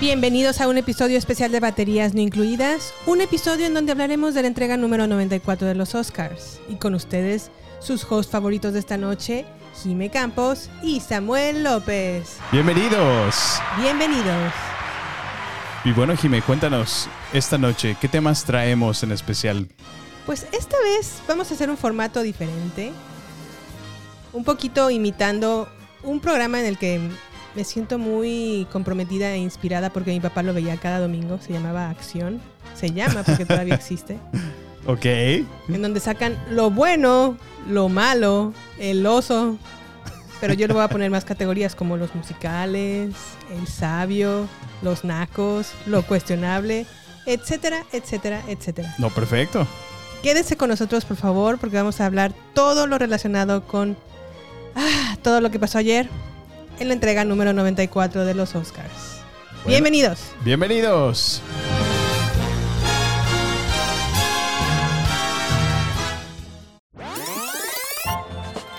Bienvenidos a un episodio especial de Baterías No Incluidas, un episodio en donde hablaremos de la entrega número 94 de los Oscars. Y con ustedes, sus hosts favoritos de esta noche, Jime Campos y Samuel López. Bienvenidos. Bienvenidos. Y bueno, Jimé, cuéntanos esta noche, ¿qué temas traemos en especial? Pues esta vez vamos a hacer un formato diferente, un poquito imitando un programa en el que me siento muy comprometida e inspirada porque mi papá lo veía cada domingo, se llamaba Acción, se llama porque todavía existe, Ok. en donde sacan lo bueno, lo malo, el oso, pero yo le voy a poner más categorías como los musicales, el sabio, los nacos, lo cuestionable, etcétera, etcétera, etcétera. No, perfecto. Quédese con nosotros, por favor, porque vamos a hablar todo lo relacionado con ah, todo lo que pasó ayer en la entrega número 94 de los Oscars. Bueno, Bienvenidos. Bienvenidos.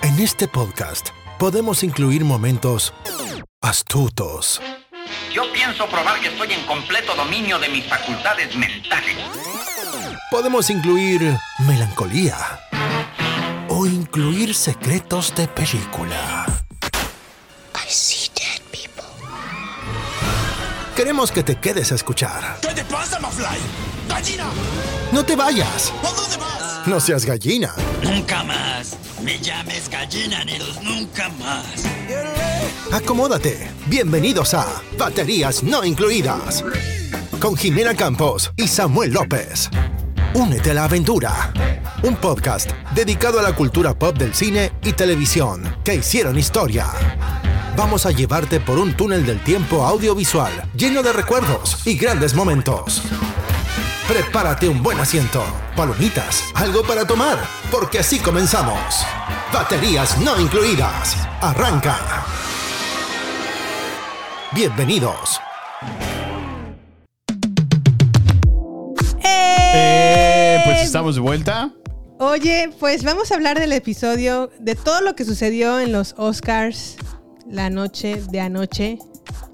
En este podcast podemos incluir momentos astutos, Yo pienso probar que estoy en completo dominio de mis facultades mentales. podemos incluir melancolía o incluir secretos de película. Queremos que te quedes a escuchar. ¿Qué te pasa, Mafly? ¡Gallina! No te vayas, ¿A dónde vas? no seas gallina. Nunca más. Me llames gallina, Neros. Nunca más. Acomódate. Bienvenidos a Baterías No Incluidas con Jimena Campos y Samuel López. Únete a la aventura. Un podcast dedicado a la cultura pop del cine y televisión que hicieron historia. Vamos a llevarte por un túnel del tiempo audiovisual lleno de recuerdos y grandes momentos. Prepárate un buen asiento, palomitas, algo para tomar, porque así comenzamos. Baterías no incluidas. Arranca. Bienvenidos. Eh, pues ¡Eh! estamos de vuelta. Oye, pues vamos a hablar del episodio, de todo lo que sucedió en los Oscars la noche de anoche.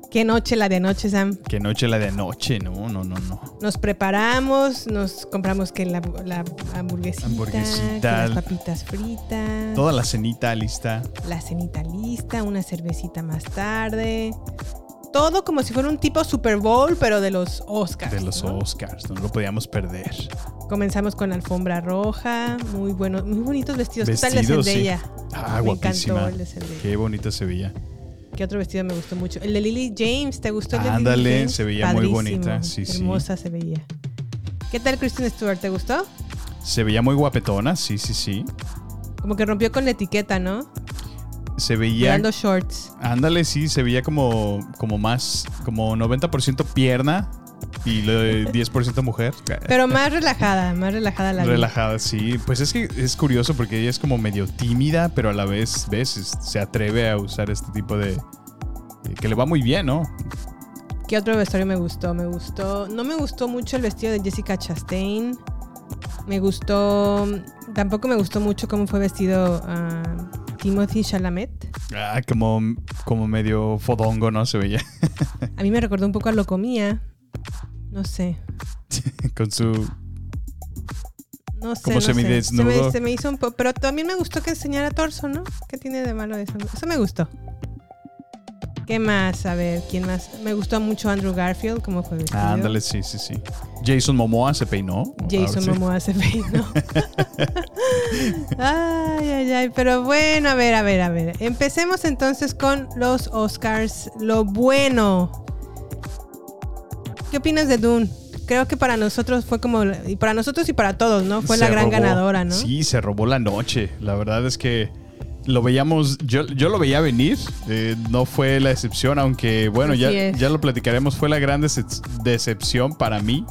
¿Qué noche la de anoche, Sam? Qué noche la de noche, no, no, no, no. Nos preparamos, nos compramos que la, la hamburguesita, Hamburguesita. que las papitas fritas. Toda la cenita lista. la cenita lista, una cervecita más tarde. Todo como si fuera un tipo Super Bowl, pero de los Oscars. De los ¿no? Oscars, no lo podíamos perder. Comenzamos con la alfombra roja, muy buenos, muy bonitos vestidos. ¿Qué tal el Vestidos, de sí. Zendaya? Ah, me guapísima. encantó el de Zendaya. Qué bonita se veía. ¿Qué otro vestido me gustó mucho? El de Lily James, ¿te gustó el de Lily Ándale, James? se veía muy bonita, sí, sí. Hermosa se veía. ¿Qué tal Kristen Stewart? ¿Te gustó? Se veía muy guapetona, sí, sí, sí. Como que rompió con la etiqueta, ¿no? Se veía Mirando shorts. Ándale, sí, se veía como, como más, como 90% pierna y lo de 10% mujer. Pero más relajada, más relajada la vi. Relajada, sí. Pues es que es curioso porque ella es como medio tímida, pero a la vez, ves, Es- se atreve a usar este tipo de... eh, Que le va muy bien, ¿no? ¿Qué otro vestuario me gustó? Me gustó. No me gustó mucho el vestido de Jessica Chastain. Me gustó. Tampoco me gustó mucho cómo fue vestido ah, Timothy Chalamet. Ah, como, como medio fodongo, ¿no? Se veía A mí me recordó un poco a Locomía. No sé. con su... No sé. Como no sé. semidesnudo. Se me, se me hizo un poco. Pero también me gustó que enseñara torso, ¿no? ¿Qué tiene de malo eso? Eso me gustó. ¿Qué más? A ver, ¿quién más? Me gustó mucho Andrew Garfield, cómo fue vestido. Ah, ándale, sí, sí, sí. Jason Momoa se peinó. Jason Sí. Momoa se peinó. ay, ay, ay. Pero bueno, a ver, a ver, a ver. Empecemos entonces con los Oscars. Lo bueno. ¿Qué opinas de Dune? Creo que para nosotros fue como. Y para nosotros y para todos, ¿no? Fue la Se gran robó. ganadora, ¿no? Sí, se robó la noche. La verdad es que lo veíamos, yo, yo lo veía venir, eh, no fue la excepción, aunque bueno, Así ya, es. ya lo platicaremos, fue la gran decep- decepción para mí,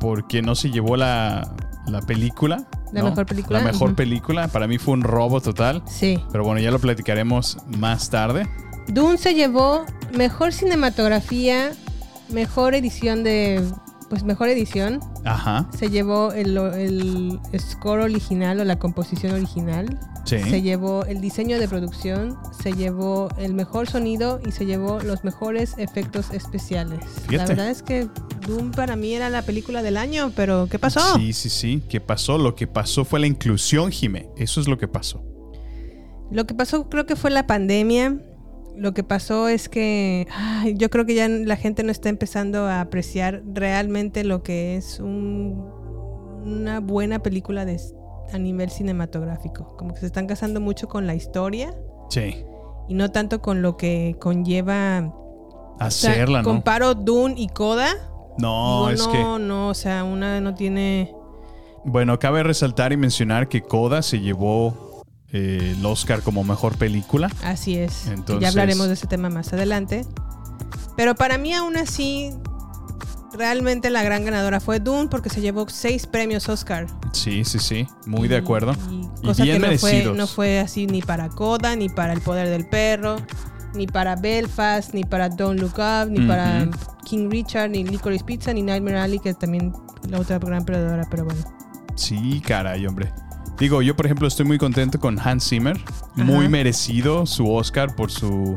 porque no se llevó la, la película. La ¿no? mejor película, La mejor ujú. película, para mí fue un robo total, Sí. pero bueno, ya lo platicaremos más tarde. Dune se llevó mejor cinematografía, mejor edición de. Pues mejor edición. Ajá, Se llevó el, el score original o la composición original. Sí. se llevó el diseño de producción, se llevó el mejor sonido y se llevó los mejores efectos especiales. La Fíjate. verdad es que Doom para mí era la película del año, pero ¿qué pasó? Sí, sí, sí. ¿Qué pasó? Lo que pasó fue la inclusión, Jime. Eso es lo que pasó. Lo que pasó creo que fue la pandemia. Lo que pasó es que ay, yo creo que ya la gente no está empezando a apreciar realmente lo que es un- una buena película de, a nivel cinematográfico. Como que se están casando mucho con la historia Sí. y no tanto con lo que conlleva... o sea, Hacerla, ¿no? Comparo Dune y Coda. No, Digo, es no, que. no, o sea, una no tiene... Bueno, cabe resaltar y mencionar que Coda se llevó eh, el Oscar como mejor película. Así es. Entonces- ya hablaremos de ese tema más adelante. Pero para mí aún así, realmente la gran ganadora fue Dune porque se llevó seis premios Oscar. Sí, sí, sí. Muy de Y- acuerdo. Y Y cosa bien que no fue, merecidos. no fue así ni para Coda, ni para El Poder del Perro, ni para Belfast, ni para Don't Look Up, ni Ujú. para King Richard, ni Licorice Pizza, ni Nightmare Alley, que también la otra gran perdedora, pero bueno. Sí, caray, hombre. Digo, yo por ejemplo estoy muy contento con Hans Zimmer. Muy merecido su Oscar por su,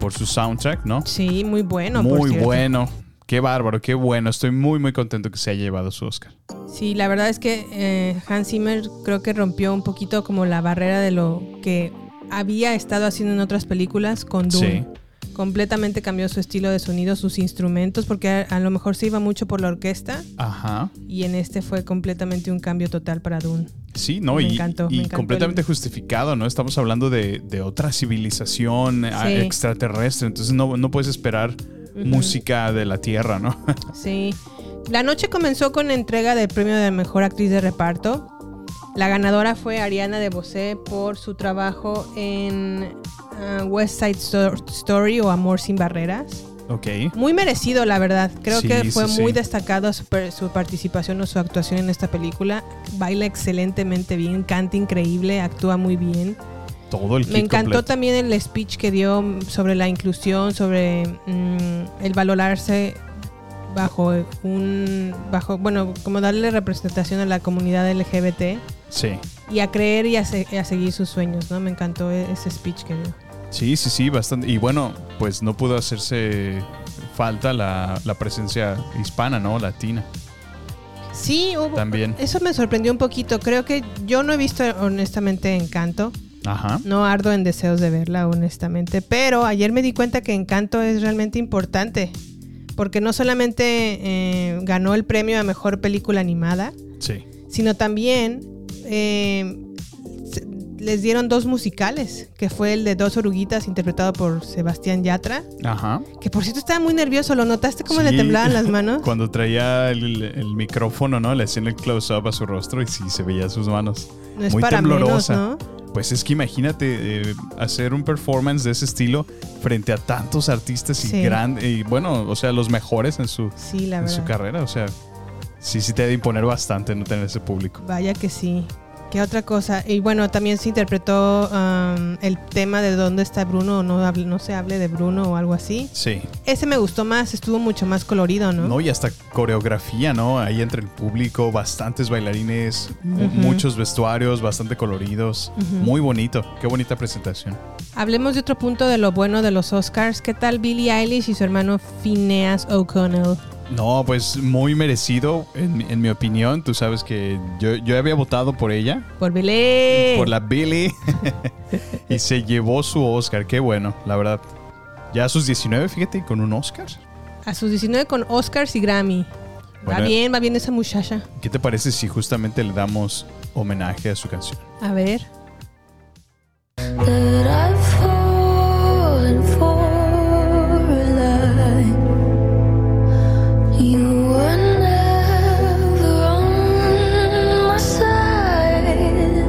por su soundtrack, ¿no? Sí, muy bueno. por muy cierto. bueno. Qué bárbaro, qué bueno. Estoy muy, muy contento que se haya llevado su Oscar. Sí, la verdad es que eh, Hans Zimmer creo que rompió un poquito como la barrera de lo que había estado haciendo en otras películas con Dune. Completamente cambió su estilo de sonido, sus instrumentos, porque a, a lo mejor se iba mucho por la orquesta Ajá. y en este fue completamente un cambio total para Dune. Sí, no, Me y, encantó, me y encantó completamente el- justificado, ¿no? Estamos hablando de, de otra civilización a- Sí. extraterrestre, entonces no, no puedes esperar música de la Tierra, ¿no? Sí. La noche comenzó con entrega del premio de mejor actriz de reparto. La ganadora fue Ariana DeBose por su trabajo en ah, West Side Sto- Story o Amor sin barreras. ok. Muy merecido, la verdad. Creo Sí, que fue sí, muy sí. destacado su, per- su participación o su actuación en esta película. Baila excelentemente bien, canta increíble, actúa muy bien. Todo el Me kit encantó completo. también el speech que dio sobre la inclusión, sobre mm, el valorarse bajo un bajo bueno como darle representación a la comunidad LGBT Sí. y a creer y a, se- a seguir sus sueños no me encantó e- ese speech que dio Sí, sí, sí, bastante. Y bueno, pues no pudo hacerse falta la, la presencia hispana, ¿no? Latina. Sí, hubo- También. Eso me sorprendió un poquito. Creo que yo no he visto honestamente Encanto. Ajá. No ardo en deseos de verla, honestamente. Pero ayer me di cuenta que Encanto es realmente importante. Porque no solamente eh, ganó el premio a mejor película animada, Sí. sino también eh, se- les dieron dos musicales, que fue el de Dos Oruguitas interpretado por Sebastián Yatra, Ajá. que por cierto estaba muy nervioso, ¿lo notaste cómo le Sí. temblaban las manos? Cuando traía el, el micrófono, ¿no? Le hacían el close-up a su rostro y sí se veía sus manos. No es Muy para menos, temblorosa. ¿no? Pues es que imagínate eh, hacer un performance de ese estilo frente a tantos artistas y Sí. gran- y bueno, o sea, los mejores en su, Sí, la en verdad. su carrera. O sea, sí, sí te ha de imponer bastante no tener ese público. Vaya que sí. ¿Qué otra cosa? Y bueno, también se interpretó um, el tema de dónde está Bruno o no, hable- no se hable de Bruno o algo así. Sí. Ese me gustó más, estuvo mucho más colorido, ¿no? ¿no? Y hasta coreografía, ¿no? Ahí entre el público, bastantes bailarines, mu- Ujú. muchos vestuarios, bastante coloridos. Muy bonito. Qué bonita presentación. Hablemos de otro punto de lo bueno de los Oscars. ¿Qué tal Billie Eilish y su hermano Phineas O'Connell? No, pues muy merecido, en, mi- en mi opinión. Tú sabes que yo, yo había votado por ella, Por Billie. por la Billy, y se llevó su Oscar. Qué bueno, la verdad. Ya a sus 19, fíjate, y con un Oscar. A sus 19 con Oscars y Grammy. Bueno. Va bien, va bien esa muchacha. ¿Qué te parece si justamente le damos homenaje a su canción? A ver. That I've fallen for a lie. You were never on my side.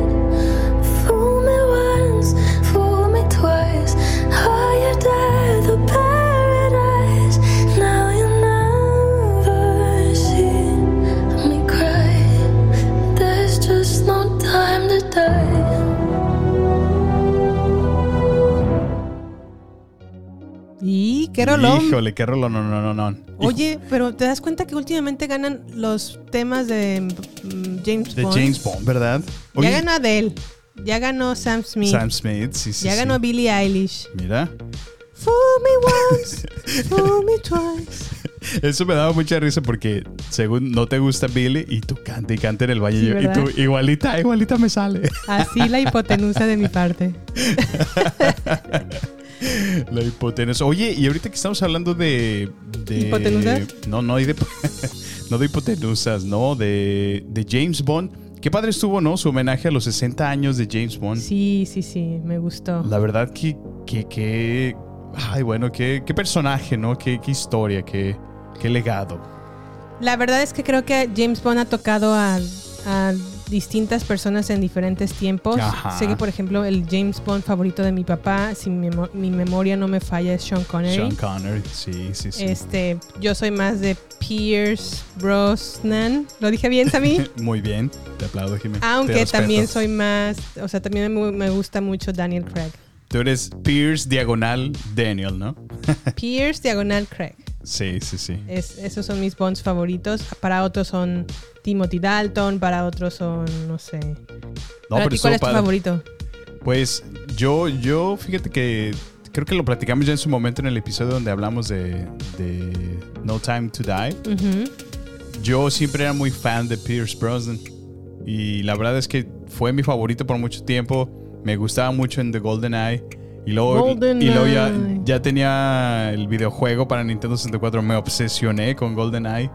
Fool me once, fool me twice. Are you dead or paradise? Now you never see me cry. There's just no time to die. Y qué rolón. Híjole, qué rolón, no, no, no, no. Oye, pero te das cuenta que últimamente ganan los temas de mm, James De Bond. James Bond, ¿verdad? ya ganó Adele. Ya ganó Sam Smith. Sam Smith, sí, sí. ya sí. ganó Billie Eilish. Mira. Fool me once, fool me twice. Eso me daba mucha risa porque según no te gusta Billy y tú canta y canta en el baño Sí, y yo- y ¿verdad? tú igualita, igualita me sale. Así la hipotenusa de mi parte. La hipotenusa. Oye, y ahorita que estamos hablando de. de ¿Hipotenusas? No, no, y de, no de hipotenusas, no, de, de James Bond. Qué padre estuvo, ¿no? Su homenaje a los 60 años de James Bond. Sí, sí, sí, me gustó. La verdad que. que, que- ay, bueno, qué, qué personaje, ¿no? Qué, qué historia, qué, qué legado. La verdad es que creo que James Bond ha tocado a, a distintas personas en diferentes tiempos. Ajá. Sé que, por ejemplo, el James Bond favorito de mi papá, si mi, memo- mi memoria no me falla, es Sean Connery. Sean Connery, sí, sí, sí. Este, yo soy más de Pierce Brosnan. ¿Lo dije bien, Sammy? Muy bien, te aplaudo, Jiménez. Aunque también soy más, o sea, también me, me gusta mucho Daniel Craig. Tú eres Pierce Diagonal Daniel, ¿no? Pierce Diagonal Craig. Sí, sí, sí. Es- esos son mis Bonds favoritos. Para otros son Timothy Dalton, para otros son, no sé. No, para pero ti, ¿cuál estuvo es tu padre. favorito? Pues yo, yo, fíjate que creo que lo platicamos ya en su momento en el episodio donde hablamos de, de No Time to Die. Ujú. Yo siempre era muy fan de Pierce Brosnan y la verdad es que fue mi favorito por mucho tiempo. Me gustaba mucho en The Golden Eye. Y luego, Golden y luego ya, Eye. ya tenía el videojuego para Nintendo 64. Me obsesioné con GoldenEye.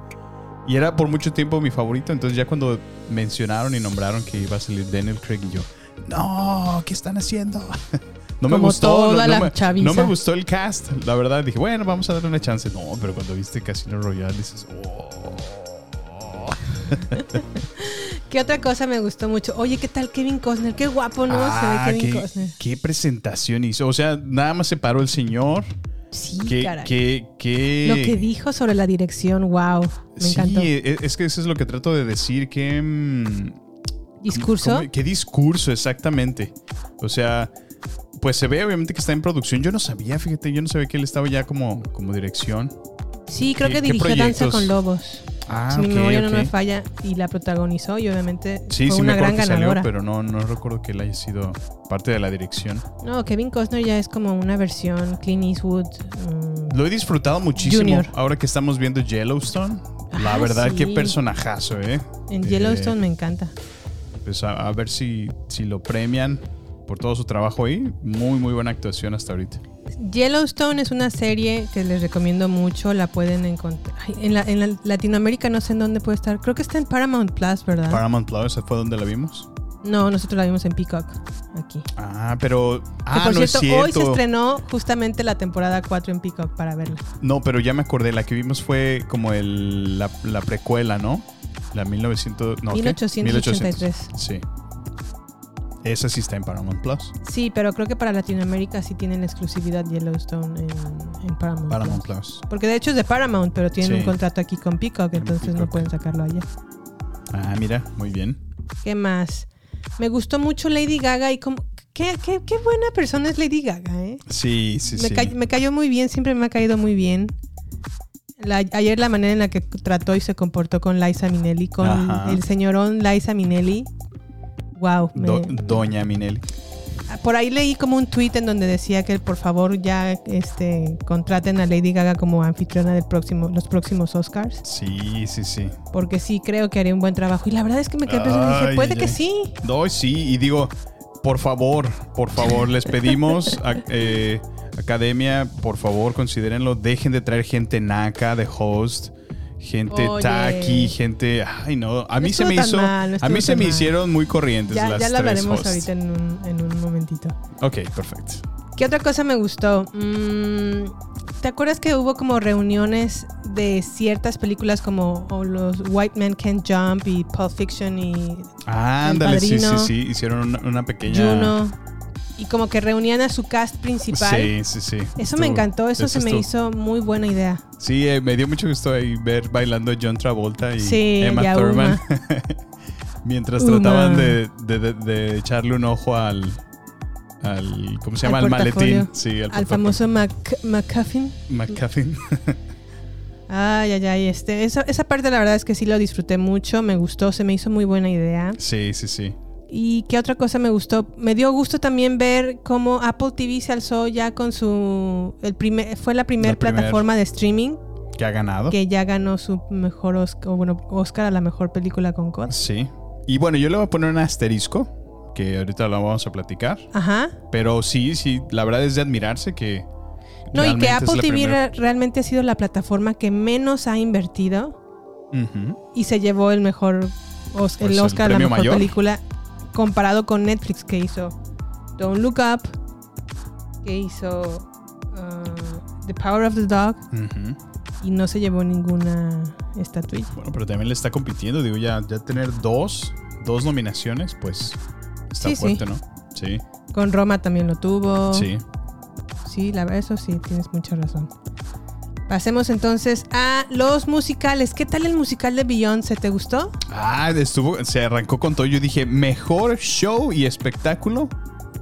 Y era por mucho tiempo mi favorito. Entonces ya cuando mencionaron y nombraron que iba a salir Daniel Craig y yo, no, ¿qué están haciendo? No me Como gustó. toda no, no la me- chaviza. no me gustó el cast. La verdad, dije, bueno, vamos a darle una chance. No, pero cuando viste Casino Royale dices, oh. ¿Qué otra cosa me gustó mucho? Oye, ¿qué tal Kevin Costner? Qué guapo, ¿no? Ah, Se ve Kevin qué, Costner. qué presentación hizo. O sea, nada más se paró el señor. Sí, que, caray. que- que- Lo que dijo sobre la dirección, wow. Me Sí, encantó. e- es que eso es lo que trato de decir. Que. mm, Discurso. ¿Cómo- ¿Qué discurso exactamente? O sea, pues se ve obviamente que está en producción. Yo no sabía, fíjate, yo no sabía que él estaba ya como, como dirección. Sí, creo ¿Qué- que qué dirigió Danza proyectos? con Lobos. Ah, si mi ok, memoria ok. no me falla y la protagonizó y obviamente Sí, fue sí, me una gran acuerdo que ganadora. salió, pero no, no recuerdo que él haya sido parte de la dirección. No, Kevin Costner ya es como una versión Clint Eastwood. mm, Lo he disfrutado muchísimo Junior. ahora que estamos viendo Yellowstone. La Ah, verdad, sí. qué personajazo, ¿eh? en Eh, Yellowstone me encanta. pues a, a ver si, si lo premian por todo su trabajo ahí. Muy, muy buena actuación hasta ahorita. Yellowstone es una serie que les recomiendo mucho. La pueden encontrar. Ay, En, la- en la- Latinoamérica no sé en dónde puede estar. Creo que está en Paramount Plus, ¿verdad? Paramount Plus ¿esa fue donde la vimos. no, nosotros la vimos en Peacock. Aquí. Que, Ah, pero. Ah, por no es cierto, hoy se cierto. estrenó justamente la temporada 4 en Peacock para verla. No, pero ya me acordé. La que vimos fue como el, la, la precuela, ¿no? La 1900. No, ¿qué? 1883. 1800. Sí. Esa sí está en Paramount Plus. Sí, pero creo que para Latinoamérica sí tienen la exclusividad Yellowstone en, en Paramount. Paramount Plus. Plus. Porque de hecho es de Paramount, pero tienen Sí. un contrato aquí con Peacock, entonces no Peacock. pueden sacarlo allá. Ah, mira, muy bien. ¿Qué más? Me gustó mucho Lady Gaga y como... Qué, qué- qué buena persona es Lady Gaga, ¿eh? Sí, sí, me, sí. ca- me cayó muy bien, siempre me ha caído muy bien. La- ayer la manera en la que trató y se comportó con Liza Minnelli, con Ajá. el señorón Liza Minnelli. Wow, me- Do- Doña Minelli. por ahí leí como un tweet en donde decía que por favor ya este contraten a Lady Gaga como anfitriona de próximo, los próximos Oscars. Sí, sí, sí. porque sí creo que haría un buen trabajo. Y la verdad es que me quedé pensando, y Ay, dije, puede ay, que ay. sí. No, sí, y digo, por favor, por favor, les pedimos, a- eh, academia, por favor, considérenlo, dejen de traer gente naca de host. Gente Oye. taqui, gente. Ay, no. No A mí se estuvo me tan hizo. mal, no a estuvo mí se tan me mal. hicieron muy corrientes Ya, las ya lo tres hablaremos hosts. ahorita en un, en un momentito. Ok, perfecto. ¿Qué otra cosa me gustó? Mm, ¿Te acuerdas que hubo como reuniones de ciertas películas como o los White Man Can't Jump y Pulp Fiction y Ándale, sí, sí, Padrino. sí. Hicieron una, una pequeña. Juno? Y como que reunían a su cast principal. Sí, sí, sí. Eso me Estuvo- encantó, eso, se me hizo estuvo- muy buena idea. Sí, eh, me dio mucho gusto ahí ver bailando a John Travolta y Sí, Emma y a Thurman. Mientras Uma. trataban de, de- de- de echarle un ojo al, al ¿cómo se llama? Al, Al maletín. portafolio. Sí, al, Al portafolio. famoso Mac- McCuffin. McCaffin. Ay, ay, ay, este, esa, esa parte la verdad es que sí lo disfruté mucho, me gustó, se me hizo muy buena idea. sí, sí, sí. ¿Y qué otra cosa me gustó? Me dio gusto también ver cómo Apple TV se alzó ya con su... El primer, fue la primera La primer- Oh. plataforma de streaming que ha ganado. que ya ganó su mejor Oscar, bueno, Oscar a la mejor película con COD. Sí. Y bueno, yo le voy a poner un asterisco, que ahorita lo vamos a platicar. Ajá. Pero sí, sí, la verdad es de admirarse que. No, y realmente que es Apple la TV primera- re- realmente ha sido la plataforma que menos ha invertido Ujú. y se llevó el mejor Os- Pues el el Oscar a la premio mejor mayor. película comparado con Netflix que hizo Don't Look Up, que hizo uh, The Power of the Dog Ujú. y no se llevó ninguna estatuilla. Ah, Bueno, pero también le está compitiendo. Digo, ya, ya tener dos, dos nominaciones, pues Sí, Oh. está sí. fuerte, ¿no? Sí, Con Roma también lo tuvo. sí. Sí, la verdad, eso sí, tienes mucha razón. Pasemos entonces a los musicales. ¿Qué tal el musical de Beyoncé? ¿Te gustó? Ah, estuvo, se arrancó con todo. Yo dije, mejor show y espectáculo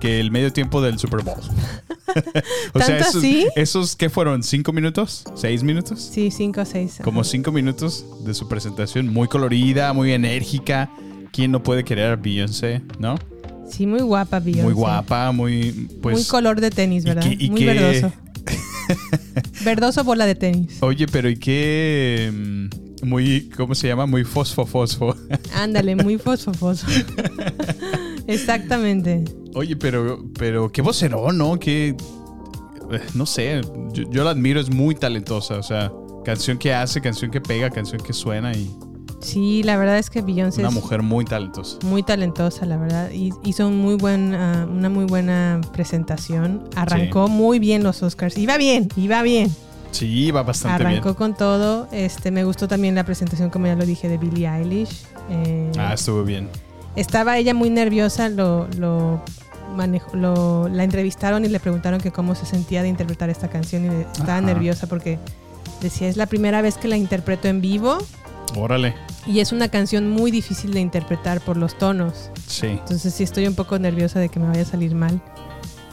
que el medio tiempo del Super Bowl. o sea, ¿Tanto esos, así? esos que fueron cinco minutos, seis minutos. Sí, 5 o 6. Como cinco minutos de su presentación, muy colorida, muy enérgica. ¿Quién no puede querer a Beyoncé, no? Sí, muy guapa Beyoncé. Muy guapa, muy. Pues, muy color de tenis, y ¿verdad? que- y muy que- verdoso. verdoso bola de tenis. Oye, pero ¿y qué? mm, Muy, ¿cómo se llama? Muy fosfo, fosfo. Ándale, muy fosfofoso. Exactamente. Oye, pero, pero qué vocerón, ¿no? Qué, eh, no sé, yo, yo la admiro, es muy talentosa. O sea, canción que hace, canción que pega, canción que suena y Sí, la verdad es que Beyoncé una es mujer muy talentosa. muy talentosa, la verdad. Y hizo un muy buen, ah, una muy buena presentación. Arrancó muy bien los Oscars. Iba bien, iba bien. Sí, va bastante Arrancó bien. con todo. Este, me gustó también la presentación, como ya lo dije, de Billie Eilish. Eh, Ah, estuvo bien. Estaba ella muy nerviosa, lo, lo manejó- lo- la entrevistaron y le preguntaron que cómo se sentía de interpretar esta canción y de- estaba Ajá. nerviosa porque decía, es la primera vez que la interpreto en vivo Órale. y es una canción muy difícil de interpretar por los tonos. Sí. Entonces sí estoy un poco nerviosa de que me vaya a salir mal.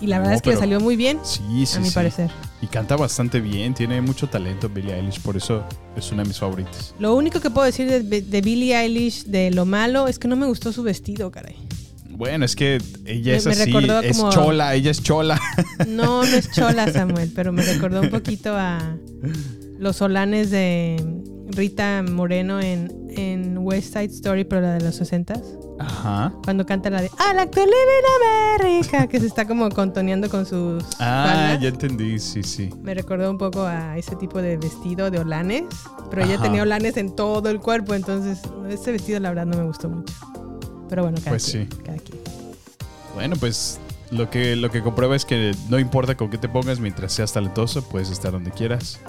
Y la verdad No, es que le pero- salió muy bien, Sí, sí. a mi sí. parecer. Y canta bastante bien, tiene mucho talento Billie Eilish, por eso es una de mis favoritas. Lo único que puedo decir de, de Billie Eilish, de lo malo, es que no me gustó su vestido, caray. Bueno, es que ella Me- es me así, recordó es como- chola, ella es chola. No, no es chola, Samuel, pero me recordó un poquito a los solanes de Rita Moreno en, en West Side Story, pero la de los 60 Ajá. cuando canta la de I like to live in America, que se está como contoneando con sus. Ah, faldas. ya entendí, sí, sí. Me recordó un poco a ese tipo de vestido de olanes, pero ella Ajá. tenía olanes en todo el cuerpo, entonces ese vestido la verdad no me gustó mucho. Pero bueno, cada Pues quien, sí. cada quien. Bueno, pues lo que, lo que comprueba es que no importa con qué te pongas, mientras seas talentoso, puedes estar donde quieras.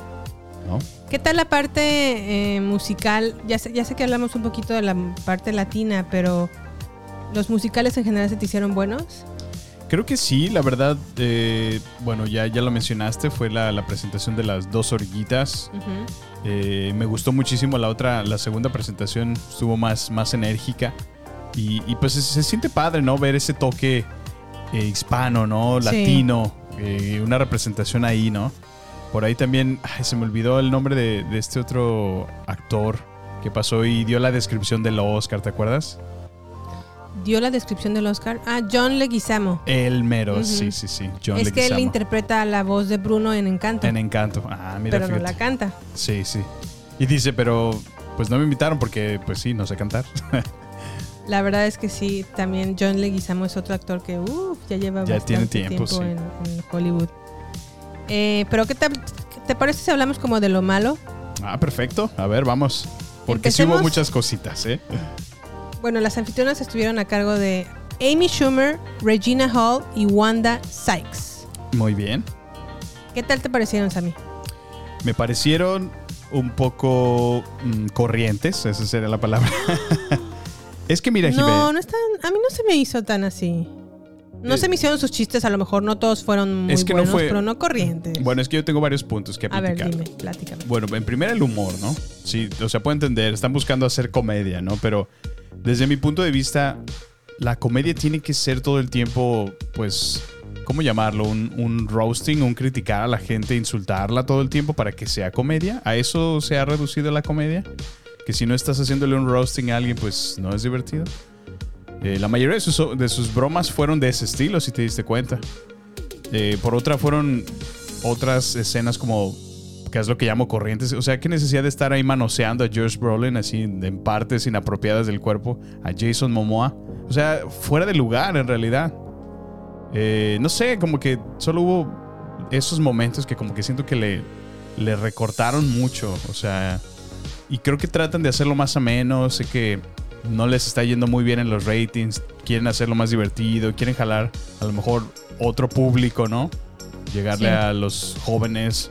¿No? ¿Qué tal la parte eh, musical? Ya sé, ya sé que hablamos un poquito de la parte latina, pero los musicales en general se te hicieron buenos. Creo que sí, la verdad, eh, bueno, ya, ya lo mencionaste, fue la, la presentación de las dos orillitas. Eh, me gustó muchísimo la otra, la segunda presentación estuvo más, más enérgica. Y, y, pues se, se siente padre, ¿no? Ver ese toque eh, hispano, ¿no? Sí. Latino, eh, una representación ahí, ¿no? Por ahí también, ay, se me olvidó el nombre de, de este otro actor que pasó y dio la descripción del Oscar, ¿te acuerdas? Dio la descripción del Oscar. Ah, John Leguizamo. El mero, Ujú. sí, sí, sí. John es que él Leguizamo. interpreta la voz de Bruno en Encanto, En Encanto. Ah, mira, pero no fíjate. la canta. Sí, sí. Y dice, pero pues no me invitaron porque, pues sí, no sé cantar. La verdad es que sí, también John Leguizamo es otro actor que uf, ya lleva Ya tiene bastante tiempo, tiempo, sí. en, en Hollywood. Eh, pero ¿qué tal- te parece si hablamos como de lo malo? Ah, perfecto. A ver, vamos. Porque sí hubo Empecemos. muchas cositas, ¿eh? Bueno, las anfitrionas estuvieron a cargo de Amy Schumer, Regina Hall y Wanda Sykes. Muy bien. ¿Qué tal te parecieron, Sammy? Me parecieron un poco mm, corrientes, esa sería la palabra. es que mira, Jimé, No, no están. A mí no se me hizo tan así. No Eh, se me hicieron sus chistes, a lo mejor no todos fueron muy Es que no buenos, fue- pero no corrientes. Bueno, es que yo tengo varios puntos que a ver, platicar. dime, platícame. Bueno, en primera el humor, ¿no? Sí, o sea, puedo entender, están buscando hacer comedia, ¿no? Pero desde mi punto de vista, la comedia tiene que ser todo el tiempo, pues, ¿cómo llamarlo? Un, un roasting, un criticar a la gente, insultarla todo el tiempo para que sea comedia. ¿A eso se ha reducido la comedia? Que si no estás haciéndole un roasting a alguien, pues no es divertido. Eh, la mayoría de sus, de sus bromas fueron de ese estilo, si te diste cuenta. Eh, por otra, fueron otras escenas como, que es lo que llamo corrientes. O sea, qué necesidad de estar ahí manoseando a Josh Brolin así en partes inapropiadas del cuerpo, a Jason Momoa. O sea, fuera de lugar en realidad. Eh, no sé, como que solo hubo esos momentos que como que siento que le, le recortaron mucho. O sea, y creo que tratan de hacerlo más ameno. Sé que no les está yendo muy bien en los ratings. Quieren hacerlo más divertido. Quieren jalar a lo mejor otro público, ¿no? Llegarle Sí. a los jóvenes.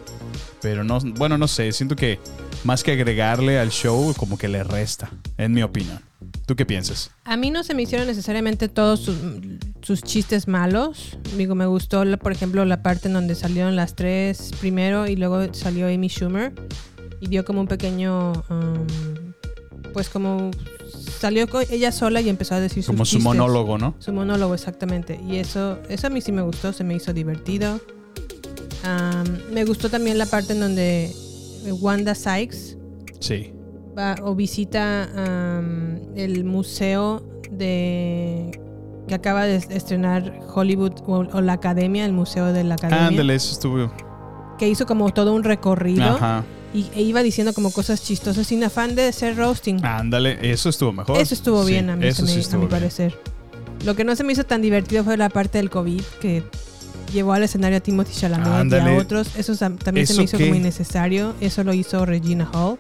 Pero no, bueno, no sé. Siento que más que agregarle al show, como que le resta, en mi opinión. ¿Tú qué piensas? A mí no se me hicieron necesariamente todos sus, sus chistes malos. Digo, me gustó, la- por ejemplo, la parte en donde salieron las tres primero y luego salió Amy Schumer y dio como un pequeño. um, pues como. Salió co- ella sola y empezó a decir sus Como su chistes. monólogo, ¿no? Su monólogo, exactamente. Y eso, eso a mí sí me gustó, se me hizo divertido. Am, me gustó también la parte en donde Wanda Sykes Sí. va o visita am, el museo de que acaba de estrenar Hollywood o, o la Academia, el Museo de la Academia, Ándale, eso estuvo. que hizo como todo un recorrido Ajá. y, e iba diciendo como cosas chistosas sin afán de ser roasting. Ándale, eso estuvo mejor. Eso estuvo Ah, Sí, bien a mí, se eso me- sí a estuvo mi bien. parecer. Lo que no se me hizo tan divertido fue la parte del COVID que llevó al escenario a Timothy Chalamet y Ándale. a otros. Eso sam- también se ¿Eso me hizo qué? como innecesario. Eso lo hizo Regina Hall.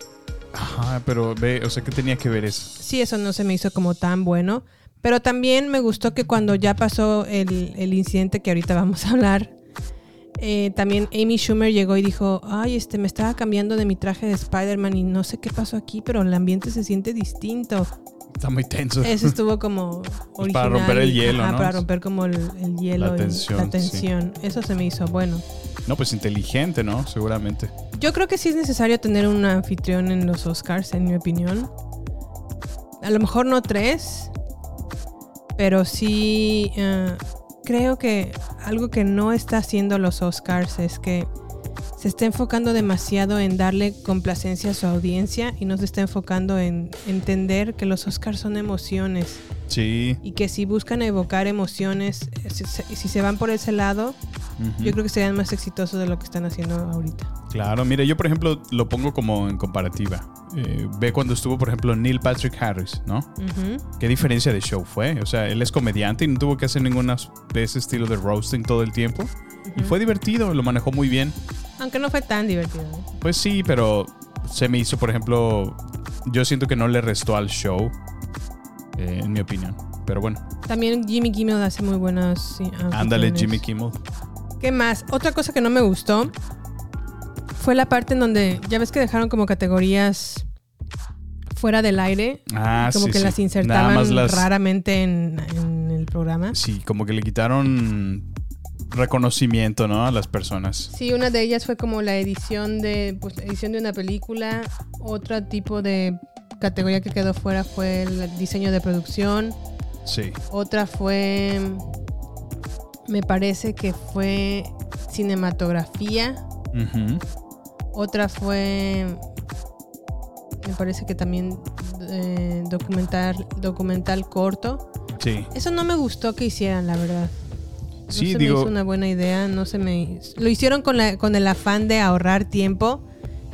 Ajá, pero ve, o sea, ¿qué tenía que ver eso? Sí, eso no se me hizo como tan bueno. Pero también me gustó que cuando ya pasó el, el incidente que ahorita vamos a hablar, eh, también Amy Schumer llegó y dijo, ay, este, me estaba cambiando de mi traje de Spider-Man y no sé qué pasó aquí, pero el ambiente se siente distinto. Está muy tenso. Eso estuvo como Pues original. para romper el y- hielo, ajá, ¿no? Para romper como el, el hielo. La y tensión, La tensión. Eso se me hizo bueno. No, pues inteligente, ¿no? Seguramente. Yo creo que sí es necesario tener un anfitrión en los Oscars, en mi opinión. A lo mejor no tres, pero sí eh, creo que algo que no está haciendo los Oscars es que se está enfocando demasiado en darle complacencia a su audiencia y no se está enfocando en entender que los Oscars son emociones Sí. y que si buscan evocar emociones, eh, si se, si se van por ese lado, Ujú. yo creo que serían más exitosos de lo que están haciendo ahorita. Claro, mire, yo por ejemplo lo pongo como en comparativa. Eh, ve cuando estuvo, por ejemplo, Neil Patrick Harris, ¿no? Ujú. ¿Qué diferencia de show fue? O sea, él es comediante y no tuvo que hacer ninguna de ese estilo de roasting todo el tiempo. Y fue divertido, lo manejó muy bien. Aunque no fue tan divertido. ¿eh? Pues sí, pero se me hizo, por ejemplo, yo siento que no le restó al show, eh, en mi opinión. Pero bueno, También Jimmy Kimmel hace muy buenas. sí, anfitriones. ándale Jimmy Kimmel. ¿Qué más? Otra cosa que no me gustó fue la parte en donde ya ves que dejaron como categorías fuera del aire. Ah, como sí, que sí. las Nada insertaban más las- raramente en, en el programa. Sí, como que le quitaron reconocimiento, ¿no? A las personas. Sí, una de ellas fue como la edición de pues, la edición de una película. Otro tipo de categoría que quedó fuera fue el diseño de producción. Sí. Otra fue, me parece que fue cinematografía. Ujú. Otra fue, me parece que también eh, documental, documental corto. Sí. Eso no me gustó que hicieran, la verdad. No Sí, se me digo, hizo una buena idea, no se me hizo- Lo hicieron con, la- con el afán de ahorrar tiempo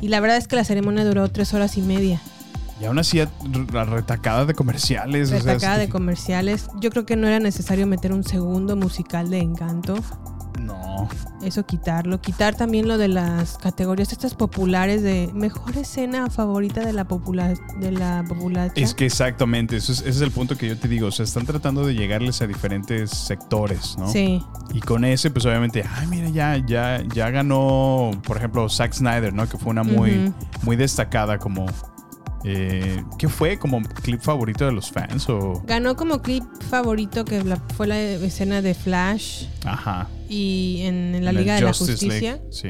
y la verdad es que la ceremonia duró tres horas y media. y aún así a- la retacada de comerciales. o sea, Retacada es- de comerciales. Yo creo que no era necesario meter un segundo musical de encanto. No. Eso quitarlo. Quitar también lo de las categorías estas populares de mejor escena favorita de la popular de la populacha. Es que exactamente, eso es, ese es el punto que yo te digo. O sea, están tratando de llegarles a diferentes sectores, ¿no? Sí. Y con ese, pues obviamente, ay, mira, ya, ya, ya ganó, por ejemplo, Zack Snyder, ¿no? Que fue una muy, Ujú. muy destacada como. Eh, ¿Qué fue? ¿Como clip favorito de los fans? O. Ganó como clip favorito que la- fue la escena de Flash Ajá. y en, en la En el Liga de la Justice Justicia. League, Sí.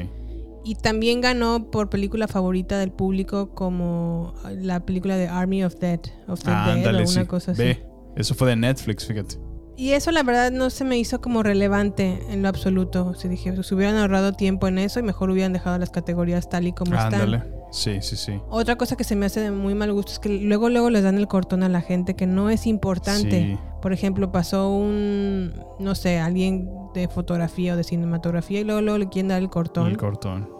Y también ganó por película favorita del público como la película de Army of Dead, of the Ah, Dead ándale, o una sí. cosa así. Ve, eso fue de Netflix, fíjate. Y eso la verdad no se me hizo como relevante en lo absoluto. O sea, dije, se hubieran ahorrado tiempo en eso y mejor hubieran dejado las categorías tal y como están. Ándale. Sí, sí, sí. Otra cosa que se me hace de muy mal gusto es que luego luego les dan el cortón a la gente que no es importante. Sí. Por ejemplo, pasó un, no sé, alguien de fotografía o de cinematografía y luego, luego le quieren dar el cortón. El cortón.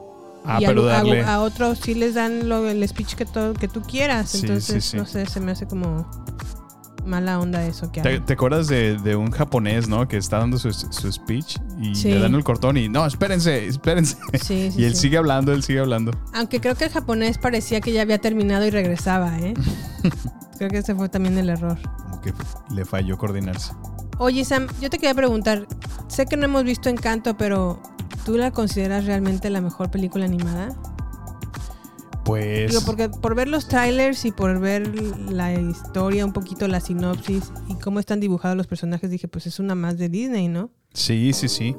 Ah, y a- pero a, darle. a otros sí les dan lo- el speech que, to- que tú quieras. Sí, sí, Entonces, sí. no sé, se me hace como mala onda eso que ¿Te, hay. te acuerdas de, de un japonés, no? Que está dando su, su speech y Sí. le dan el cortón y no, espérense, espérense. Sí, sí, y él sí. sigue hablando, él sigue hablando. Aunque creo que el japonés parecía que ya había terminado y regresaba, ¿eh? creo que ese fue también el error. Como que le falló coordinarse. Oye, Sam, yo te quería preguntar. Sé que no hemos visto Encanto, pero ¿tú la consideras realmente la mejor película animada? Pues. Digo, porque por ver los trailers y por ver la historia, un poquito la sinopsis y cómo están dibujados los personajes, dije, pues es una más de Disney, ¿no? Sí, sí, sí.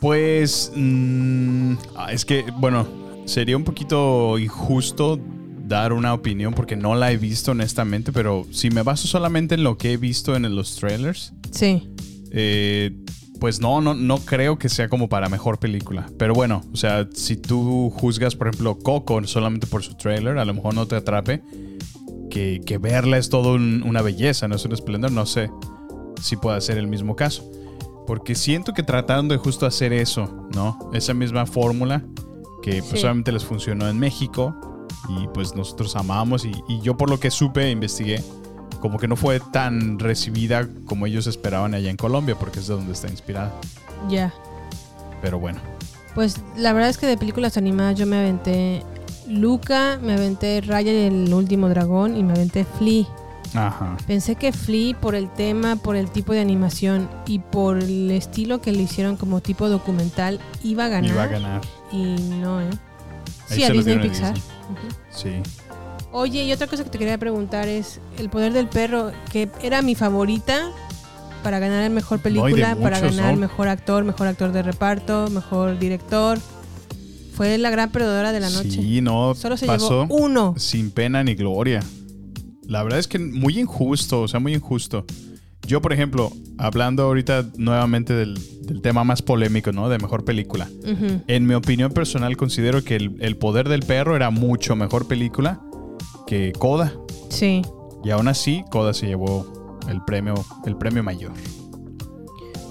Pues. mm, ah, es que, bueno, sería un poquito injusto dar una opinión porque no la he visto honestamente, pero si me baso solamente en lo que he visto en los trailers, Sí. eh, pues no, no, no creo que sea como para mejor película. Pero bueno, o sea, si tú juzgas, por ejemplo, Coco solamente por su trailer, a lo mejor no te atrape. Que, que verla es todo un- una belleza, no es un esplendor. No sé si puede ser el mismo caso. Porque siento que trataron de justo hacer eso, ¿no? Esa misma fórmula que pues, Sí. obviamente les funcionó en México y pues nosotros amamos. Y, y yo por lo que supe, e investigué, como que no fue tan recibida como ellos esperaban allá en Colombia, porque es de donde está inspirada. Ya. Pero bueno, Pues la verdad es que de películas animadas yo me aventé Luca, me aventé Raya y el último dragón y me aventé Flea. ajá. Pensé que Flea por el tema, por el tipo de animación y por el estilo que le hicieron como tipo documental iba a ganar. Iba a ganar. Y no, ¿eh? Ahí Sí, a se lo Disney dieron a Pixar. Disney. Ujú. Sí. Oye, y otra cosa que te quería preguntar es El poder del perro, que era mi favorita para ganar mejor película, para muchos, ganar ¿no? mejor actor, mejor actor de reparto, mejor director. Fue la gran perdedora de la noche. Sí, no, Solo se pasó llevó uno. sin pena ni gloria. La verdad es que muy injusto, o sea, muy injusto. Yo, por ejemplo, hablando ahorita nuevamente del, del tema más polémico, ¿no? De mejor película. Ujú. En mi opinión personal, considero que el, el Poder del Perro era mucho mejor película que Coda. Sí. Y aún así, Coda se llevó el premio, el premio mayor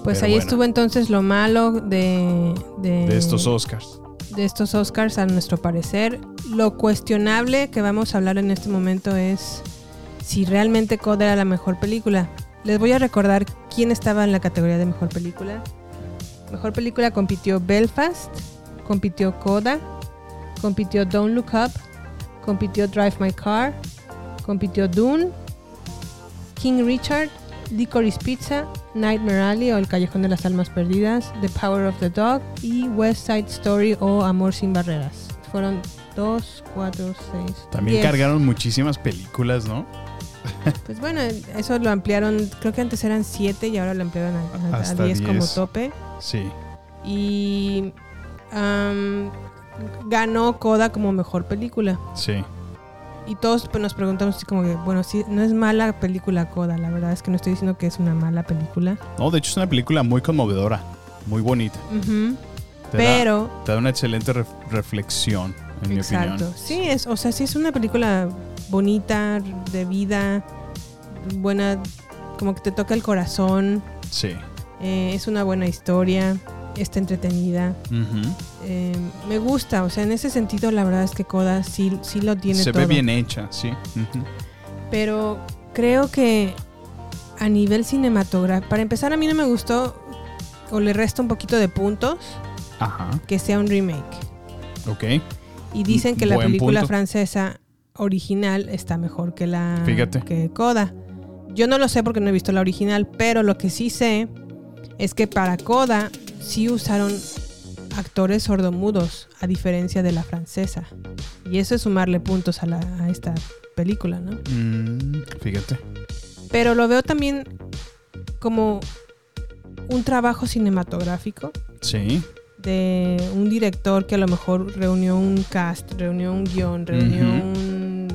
Pues Pero ahí bueno. estuvo entonces lo malo de, de, de estos Oscars. de estos Oscars, a nuestro parecer. Lo cuestionable que vamos a hablar en este momento es si realmente Coda era la mejor película. Les voy a recordar quién estaba en la categoría de mejor película. Mejor película compitió Belfast, compitió Coda, compitió Don't Look Up, compitió Drive My Car, compitió Dune, King Richard, Licorice Pizza, Nightmare Alley o El Callejón de las Almas Perdidas, The Power of the Dog y West Side Story o Amor sin Barreras. Fueron dos, cuatro, seis. También diez. cargaron muchísimas películas, ¿no? Pues bueno, eso lo ampliaron, creo que antes eran siete y ahora lo ampliaron a- a- a Hasta 10 como diez. tope. Sí. Y am, ganó Coda como mejor película. Sí. Y todos pues, nos preguntamos así como que, bueno, sí, no es mala película Coda, la verdad es que no estoy diciendo que es una mala película. No, de hecho es una película muy conmovedora, muy bonita. Ujú. Te da- Pero, te da una excelente ref- reflexión, en mi exacto. opinión. Sí, es, o sea, sí es una película bonita, de vida, buena, como que te toca el corazón, Sí. eh, es una buena historia, está entretenida. Ujú. eh, me gusta, o sea, en ese sentido la verdad es que Coda sí, sí lo tiene Se todo. ve bien hecha, sí. Ujú. Pero creo que a nivel cinematográfico, para empezar a mí no me gustó o le resta un poquito de puntos Ajá, que sea un remake. ok. Y dicen que la Buen película punto. francesa original está mejor que la Fíjate. que Coda. Yo no lo sé porque no he visto la original, pero lo que sí sé es que para Coda sí usaron actores sordomudos, a diferencia de la francesa. Y eso es sumarle puntos a, la, a esta película, ¿no? Mm, fíjate. Pero lo veo también como un trabajo cinematográfico Sí, de un director que a lo mejor reunió un cast, reunió un guión, reunió Ujú. un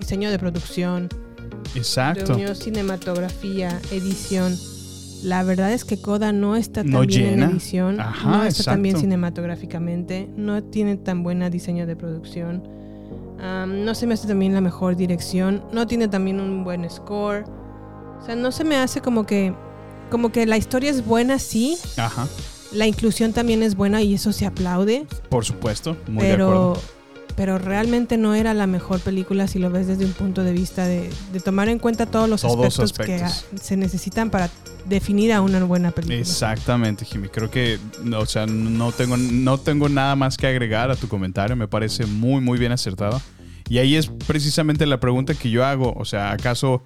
diseño de producción, exacto. reunió cinematografía, edición. La verdad es que Coda no está tan No bien llena. en edición, Ajá, no está tan bien exacto. cinematográficamente, no tiene tan buena diseño de producción, am, no se me hace también la mejor dirección, no tiene también un buen score. O sea, no se me hace como que, como que la historia es buena, sí. Ajá, La inclusión también es buena y eso se aplaude. por supuesto, muy de pero, acuerdo. pero realmente no era la mejor película si lo ves desde un punto de vista de, de tomar en cuenta todos los Todos aspectos, aspectos. que ah, se necesitan para definir a una buena película. Exactamente, Jimmy. Creo que, no, o sea, no tengo, no tengo nada más que agregar a tu comentario. Me parece muy, muy bien acertado. Y ahí es precisamente la pregunta que yo hago. O sea, ¿acaso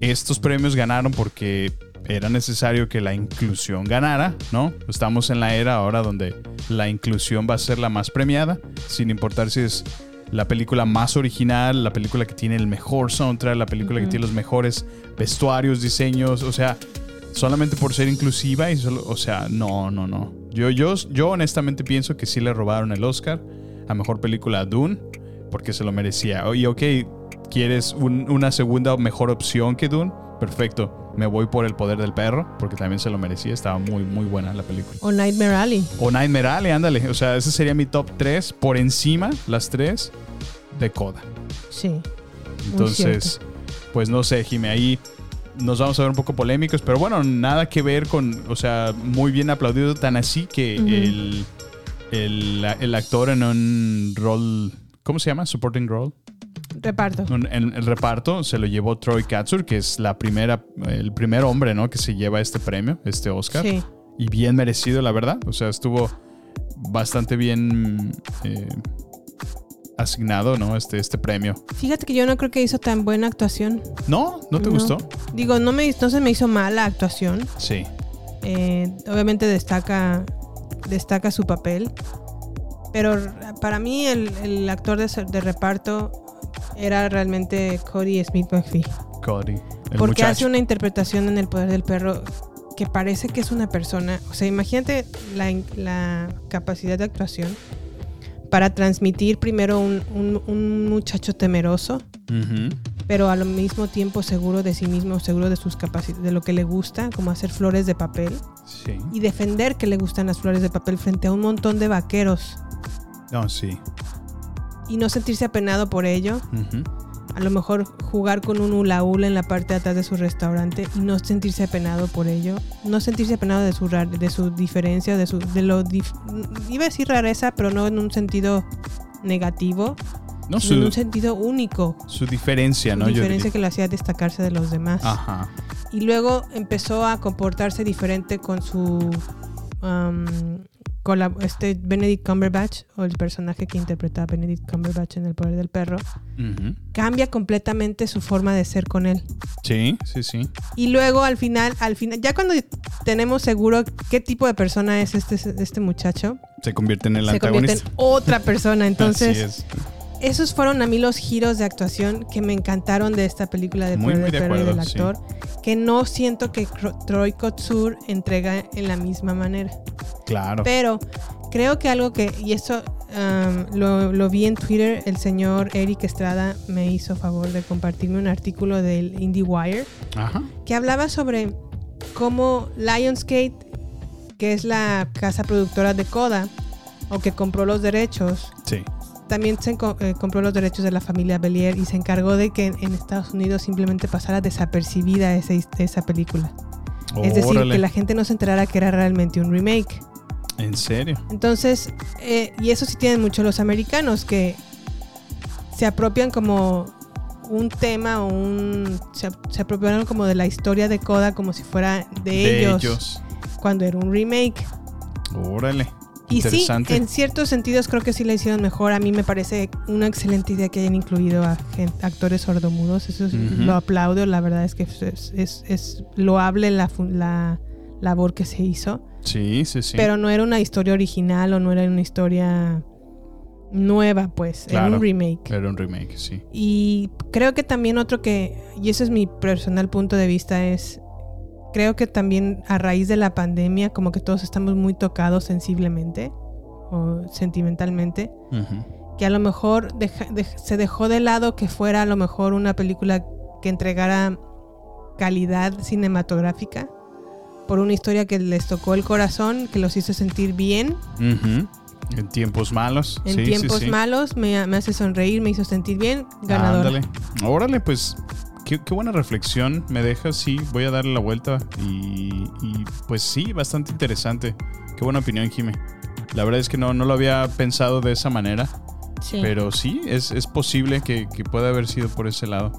estos premios ganaron porque era necesario que la inclusión ganara? ¿No? Estamos en la era ahora donde la inclusión va a ser la más premiada, sin importar si es la película más original, la película que tiene el mejor soundtrack, la película que tiene los mejores vestuarios, diseños, o sea, solamente por ser inclusiva y solo, o sea, no, no, no. Yo, yo, yo honestamente pienso que sí le robaron el Oscar a mejor película a Dune porque se lo merecía. Y ok, quieres un- una segunda mejor opción que Dune, perfecto. Me voy por El Poder del Perro porque también se lo merecía. Estaba muy, muy buena la película. O Nightmare Alley. O Nightmare Alley, ándale. O sea, ese sería mi top 3 por encima, las 3 de Coda. Sí. Entonces, pues no sé, Jime, ahí nos vamos a ver un poco polémicos, pero bueno, nada que ver con, o sea, muy bien aplaudido, tan así que Ujú. el, el, el actor en un rol, ¿cómo se llama? Supporting role. Reparto. Un- En el reparto se lo llevó Troy Katzur, que es la primera, el primer hombre, ¿no? Que se lleva este premio, este Oscar Sí. y bien merecido, la verdad. O sea, estuvo bastante bien eh, asignado, ¿no? Este, este premio. Fíjate que yo no creo que hizo tan buena actuación. ¿No? ¿No te gustó? Digo, no, me, no se me hizo mala actuación. Sí. Eh, obviamente destaca, destaca su papel. Pero r- para mí el, el actor de, se- de reparto era realmente Cody Smith McPhee. Cody. El Porque hace muchacho. una interpretación en El Poder del Perro que parece que es una persona. O sea, imagínate la, in- la capacidad de actuación para transmitir primero un, un- un muchacho temeroso, Ujú. pero al mismo tiempo seguro de sí mismo, seguro de sus capacidades, de lo que le gusta, como hacer flores de papel Sí. y defender que le gustan las flores de papel frente a un montón de vaqueros No, sí. y no sentirse apenado por ello. Ujú. A lo mejor jugar con un hula hula en la parte de atrás de su restaurante y no sentirse apenado por ello. No sentirse apenado de su, rar- de su diferencia, de su de lo dif- iba a decir rareza, pero no en un sentido negativo, No, sino en un su, sentido único. su diferencia, ¿no? Yo diferencia diría. que lo hacía destacarse de los demás. Ajá. Y luego empezó a comportarse diferente con su. um, colab- este Benedict Cumberbatch, o el personaje que interpretaba Benedict Cumberbatch en El Poder del Perro, Ujú. cambia completamente su forma de ser con él. Sí, sí, sí. Y luego al final, al final, ya cuando tenemos seguro qué tipo de persona es este, este muchacho, Se convierte en el se convierte antagonista. en otra persona. Entonces, Así es. esos fueron a mí los giros de actuación que me encantaron de esta película de Muy, Poder muy del de Perro y del acuerdo, sí. actor, que no siento que Cro- Troy Kotsur entrega en la misma manera. Claro. Pero creo que algo que, y eso um, lo, lo vi en Twitter, el señor Eric Estrada me hizo favor de compartirme un artículo del IndieWire Ajá. que hablaba sobre cómo Lionsgate, que es la casa productora de Coda, o que compró los derechos, Sí. también se enco- eh, compró los derechos de la familia Belier y se encargó de que en, en Estados Unidos simplemente pasara desapercibida esa his- esa película. Es decir, Órale. que la gente no se enterara que era realmente un remake. En serio. Entonces, eh, y eso sí tienen mucho los americanos, que se apropian como un tema o un... Se, ap- se apropiaron como de la historia de Coda como si fuera de, De ellos, ellos. cuando era un remake. Órale. Y sí, Interesante. en ciertos sentidos creo que sí la hicieron mejor. A mí me parece una excelente idea que hayan incluido a gen- actores sordomudos. Eso es- Ujú. lo aplaudo. La verdad es que es, es- es loable la, fun- la labor que se hizo. Sí, sí, sí. Pero no era una historia original o no era una historia nueva, pues. Era Claro. un remake. Era un remake, sí. Y creo que también otro que, y ese es mi personal punto de vista, es, creo que también a raíz de la pandemia, como que todos estamos muy tocados sensiblemente o sentimentalmente, Ujú. que a lo mejor deja- de- se dejó de lado que fuera a lo mejor una película que entregara calidad cinematográfica por una historia que les tocó el corazón, que los hizo sentir bien Ujú. En tiempos malos. en sí, sí, tiempos sí. malos, me, me hace sonreír, me hizo sentir bien, ganador. Ándale. Órale, pues qué, qué buena reflexión me deja. Sí, voy a darle la vuelta. Y, y, pues sí, bastante interesante. Qué buena opinión, Jime. La verdad es que no, no lo había pensado de esa manera. Sí. Pero sí, es, es posible que, que pueda haber sido por ese lado.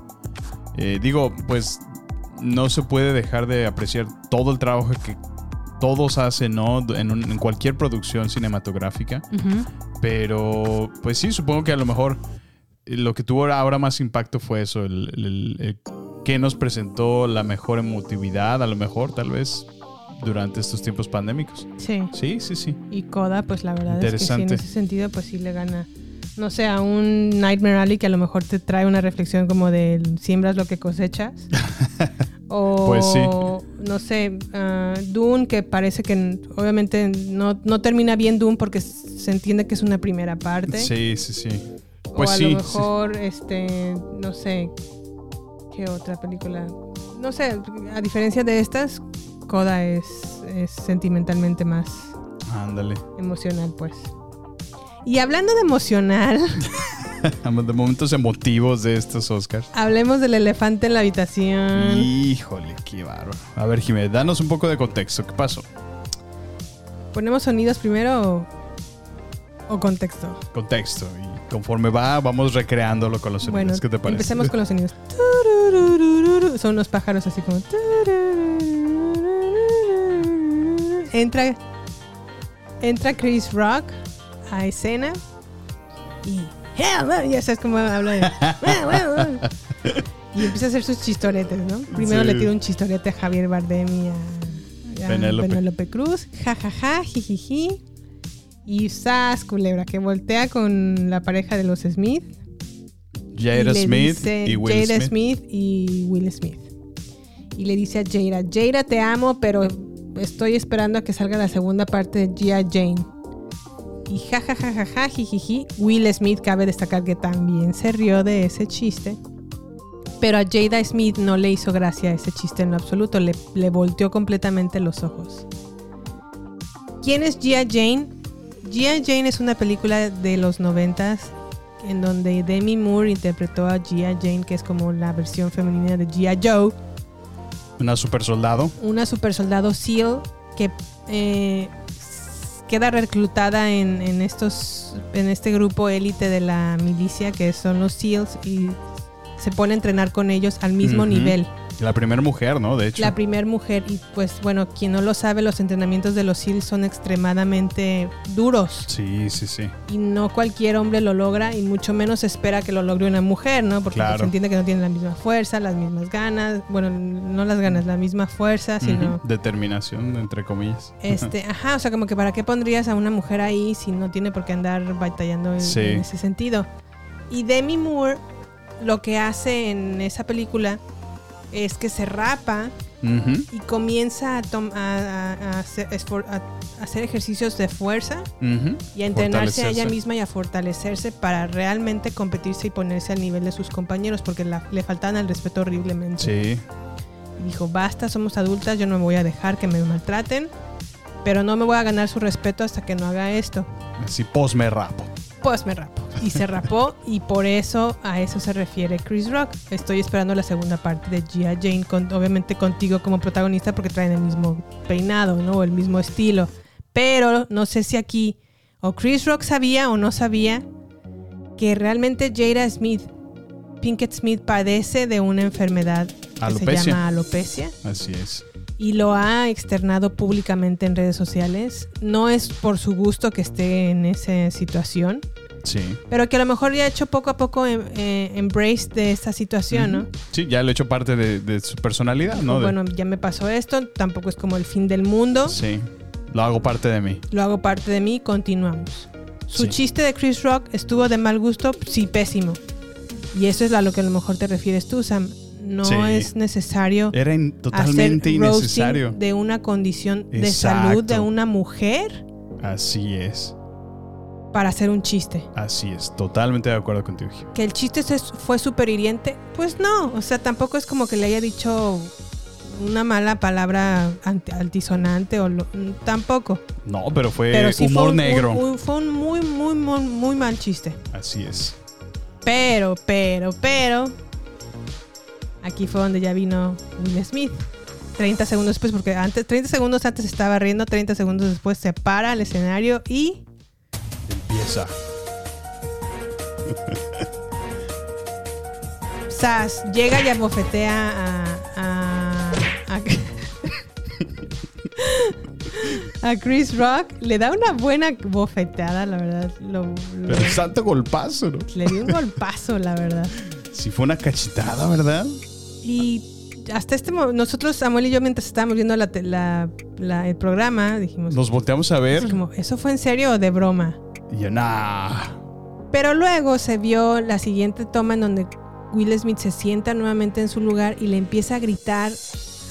Eh, digo, pues no se puede dejar de apreciar todo el trabajo que todos hacen, ¿no? En, un- en cualquier producción cinematográfica. Ujú. Pero, pues sí, supongo que a lo mejor eh, lo que tuvo ahora más impacto fue eso, el, el- el que nos presentó la mejor emotividad, a lo mejor, tal vez, durante estos tiempos pandémicos. Sí. Sí, sí, sí. Y Coda, pues la verdad es que sí, en Interesante. ese sentido, pues sí le gana. No sé, a un Nightmare Alley que a lo mejor te trae una reflexión como de siembras lo que cosechas. o, Pues sí. no sé, ah, Dune, que parece que n- obviamente no, no termina bien Dune porque s- se entiende que es una primera parte. Sí, sí, sí. o Pues a sí. lo sí. mejor, este, no sé, ¿qué otra película? No sé, a diferencia de estas, Coda es, es sentimentalmente más Ándale. emocional, pues. Y hablando de emocional, De momentos emotivos de estos Oscars. hablemos del elefante en la habitación. Híjole, qué bárbaro. A ver, Jiménez, danos un poco de contexto. ¿Qué pasó? ¿Ponemos sonidos primero o, o contexto? Contexto. Y conforme va, vamos recreándolo con los sonidos. bueno, ¿Qué te parece? empecemos con los sonidos. Turururururu. Son unos pájaros así como... turururururu. Entra, entra Chris Rock a escena y... "Hello", Ya sabes cómo habla de... Y empieza a hacer sus chistoretes, ¿no? Primero Sí. le tira un chistorete a Javier Bardem y a, a Penélope. Penélope Cruz. Ja, ja, ja, jijiji. Y sas, culebra, que voltea con la pareja de los Smith. Jada y le Smith dice y Will Jada Smith. Smith y Will Smith. Y le dice a Jada, Jada te amo, pero estoy esperando a que salga la segunda parte de Gia Jane. Y ja, ja, ja, ja, ja, jijiji. Will Smith cabe destacar que también se rió de ese chiste. Pero a Jada Smith no le hizo gracia ese chiste en lo absoluto. Le, le volteó completamente los ojos. ¿Quién es Gia Jane? Gia Jane es una película de los noventas en donde Demi Moore interpretó a Gia Jane, que es como la versión femenina de Gia Joe, Una super soldado. una super soldado SEAL que eh, queda reclutada en, en estos, en este grupo élite de la milicia que son los SEALs y se pone a entrenar con ellos al mismo Ujú. nivel. La primera mujer, ¿no? De hecho. La primera mujer y pues bueno, quien no lo sabe, los entrenamientos de los SEALs son extremadamente duros. sí, sí, sí. y no cualquier hombre lo logra y mucho menos espera que lo logre una mujer, ¿no? Porque Claro. se entiende que no tiene la misma fuerza, las mismas ganas, bueno, no las ganas, la misma fuerza, sino Ujú. Determinación, entre comillas. este, ajá, o sea, como que para qué pondrías a una mujer ahí si no tiene por qué andar batallando en, Sí. en ese sentido. Y Demi Moore lo que hace en esa película es que se rapa Ujú, y comienza a, tom- a- a- a hacer, esfor- a- a hacer ejercicios de fuerza ujú. y a entrenarse a ella Fortalecerse. misma y a fortalecerse para realmente competirse y ponerse al nivel de sus compañeros, porque la- le faltaban al respeto horriblemente. Sí. Y Dijo, basta, somos adultas, yo no me voy a dejar que me maltraten, pero no me voy a ganar su respeto hasta que no haga esto. Así pos me rapo. Pues me rapo. Y se rapó y por eso a eso se refiere Chris Rock. Estoy esperando la segunda parte de Gia Jane, con, obviamente contigo como protagonista porque traen el mismo peinado, ¿no? O el mismo estilo. Pero no sé si aquí o Chris Rock sabía o no sabía que realmente Jada Smith, Pinkett Smith, padece de una enfermedad que se Alopecia. llama alopecia Así es. y lo ha externado públicamente en redes sociales. No es por su gusto que esté en esa situación Sí. pero que a lo mejor ya ha hecho poco a poco em- eh, embrace de esta situación, ¿no? Oh, Ujú. Sí, ya lo he hecho parte de, de su personalidad, ¿no? De- bueno, ya me pasó esto, tampoco es como el fin del mundo, Sí. Lo hago parte de mí. lo hago parte de mí, continuamos. Su Sí. chiste de Chris Rock estuvo de mal gusto, sí, pésimo. Y eso es a lo que a lo mejor te refieres tú, Sam. No Sí. es necesario Era in- totalmente hacer innecesario. roasting de una condición de Exacto. salud de una mujer Así es. para hacer un chiste. Así es. Totalmente de acuerdo contigo, Jim. que el chiste se- fue súper hiriente, pues no, o sea, tampoco es como que le haya dicho una mala palabra anti- altisonante o lo- mm, tampoco. No, pero fue Pero sí Eh, humor fue un, negro. un- un- fue un muy, muy, muy, muy mal chiste. Así es. Pero, pero, pero, Aquí fue donde ya vino Will Smith. 30 segundos después, porque antes, 30 segundos antes estaba riendo, 30 segundos después se para el escenario y Empieza. Sas llega y abofetea a. a, a- a Chris Rock. Le da una buena bofetada, la verdad. Lo- lo- Pero santo golpazo, ¿no? le dio un golpazo, la verdad. Si fue una cachetada, ¿verdad? Y hasta este momento, nosotros, Samuel y yo, mientras estábamos viendo la te- la- la- el programa, dijimos. Nos volteamos a ver. así como, ¿Eso fue en serio o de broma? Y yo, nah. Pero luego se vio la siguiente toma en donde Will Smith se sienta nuevamente en su lugar y le empieza a gritar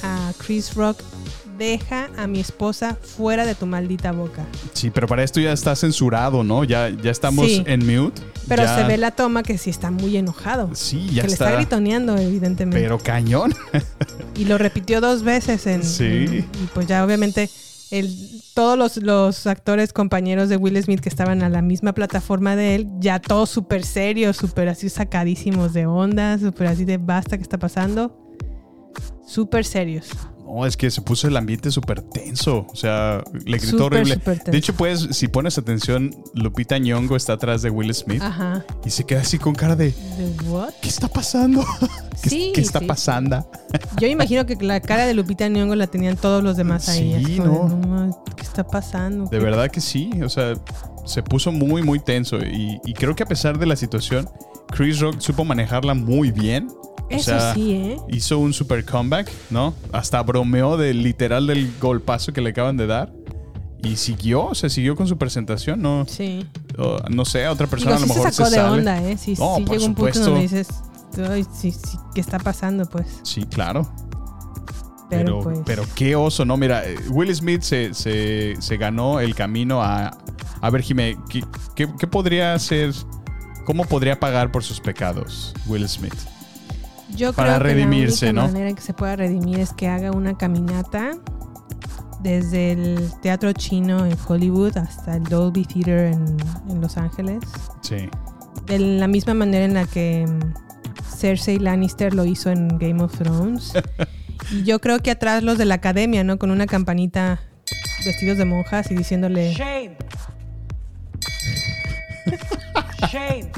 a Chris Rock, deja a mi esposa fuera de tu maldita boca. Sí, pero para esto ya está censurado, ¿no? Ya, ya estamos Sí. en mute. Pero Ya- se ve la toma que sí está muy enojado. Sí, que ya le está. está gritoneando, evidentemente. pero cañón. Y lo repitió dos veces en... Sí. en- y pues ya obviamente el- todos los, los actores compañeros de Will Smith que estaban a la misma plataforma de él, ya todos súper serios, súper así sacadísimos de onda, súper así de basta que está pasando. Súper serios. No, es que se puso el ambiente súper tenso. O sea, le gritó Súper, horrible. súper tenso. De hecho, pues, si pones atención, Lupita Nyong'o está atrás de Will Smith Ajá. y se queda así con cara de ¿De what? ¿qué está pasando? ¿Qué, Sí, qué está sí. pasando? Yo me imagino que la cara de Lupita Nyong'o la tenían todos los demás ahí. Sí, así como de, ¿no? "No mames, ¿Qué está pasando? De ¿Qué- verdad que sí. O sea, se puso muy, muy tenso. Y, y creo que a pesar de la situación, Chris Rock supo manejarla muy bien. O Eso sea, sí, ¿eh? hizo un super comeback, ¿no? Hasta bromeó de literal del golpazo que le acaban de dar. Y siguió, o sea, siguió con su presentación, ¿no, Sí. o- no sé, otra persona Digo, a lo sí mejor se sacó de sale. onda, ¿eh? Sí, No, sí por llega un punto supuesto. donde dices, "Ay, sí, sí, ¿qué está pasando, pues? Sí, claro. Pero, Pero, pues, pero qué oso, ¿no? Mira, eh, Will Smith se, se- se ganó el camino a... A ver, Jimé, ¿qué, qué, qué podría hacer? ¿Cómo podría pagar por sus pecados Will Smith? yo para creo que redimirse, la única ¿no? manera en que se pueda redimir es que haga una caminata desde el Teatro Chino en Hollywood hasta el Dolby Theater en, en Los Ángeles. Sí. De la misma manera en la que mm, Cersei Lannister lo hizo en Game of Thrones. y yo creo que atrás los de la academia, ¿no? Con una campanita vestidos de monjas y diciéndole... Shame. Shame.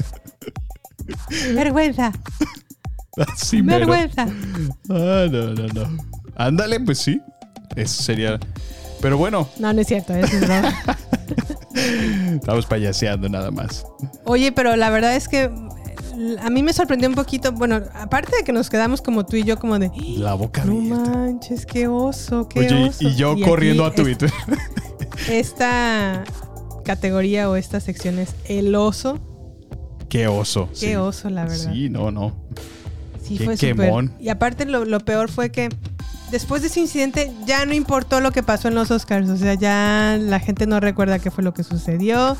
¡Vergüenza! Así mero. ¡Vergüenza! Ah, no, no, no. Ándale, pues sí. Eso sería... Pero bueno, No, no es cierto, eso es broma. Estamos payaseando nada más. Oye, pero la verdad es que eh, a mí me sorprendió un poquito. Bueno, aparte de que nos quedamos como tú y yo, como de. La boca No abierta. manches, qué oso, qué Oye, oso". y- y yo aquí corriendo a es- Twitter. Esta categoría o esta sección es el oso. Qué oso. Qué oso, la verdad. Sí, no, no. Sí, Qué fue súper. quemón. Y aparte, lo, lo peor fue que después de ese incidente ya no importó lo que pasó en los Oscars. O sea, ya la gente no recuerda qué fue lo que sucedió.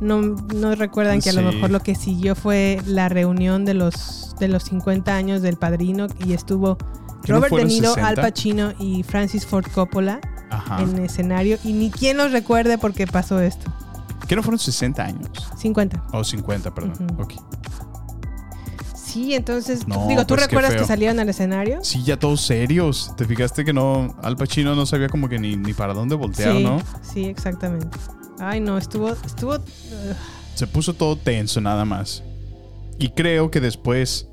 No, no recuerdan que a lo Sí. mejor lo que siguió fue la reunión de los, de los 50 años del padrino y estuvo ¿Que no Robert De fueron Niro, 60? Al Pacino y Francis Ford Coppola Ajá. en escenario. Y ni quien los recuerde por qué pasó esto. Que no fueron 60 años. 50. O 50, perdón. Ujú. Ok. Sí, entonces, No, digo, ¿tú pues, qué recuerdas que feo. salieron al escenario? Sí, ya todos serios. ¿Te fijaste que no? Al Pacino no sabía como que ni, ni para dónde voltear, sí, ¿no? sí, exactamente. Ay, no, estuvo, estuvo, ugh, Se puso todo tenso nada más. Y creo que después,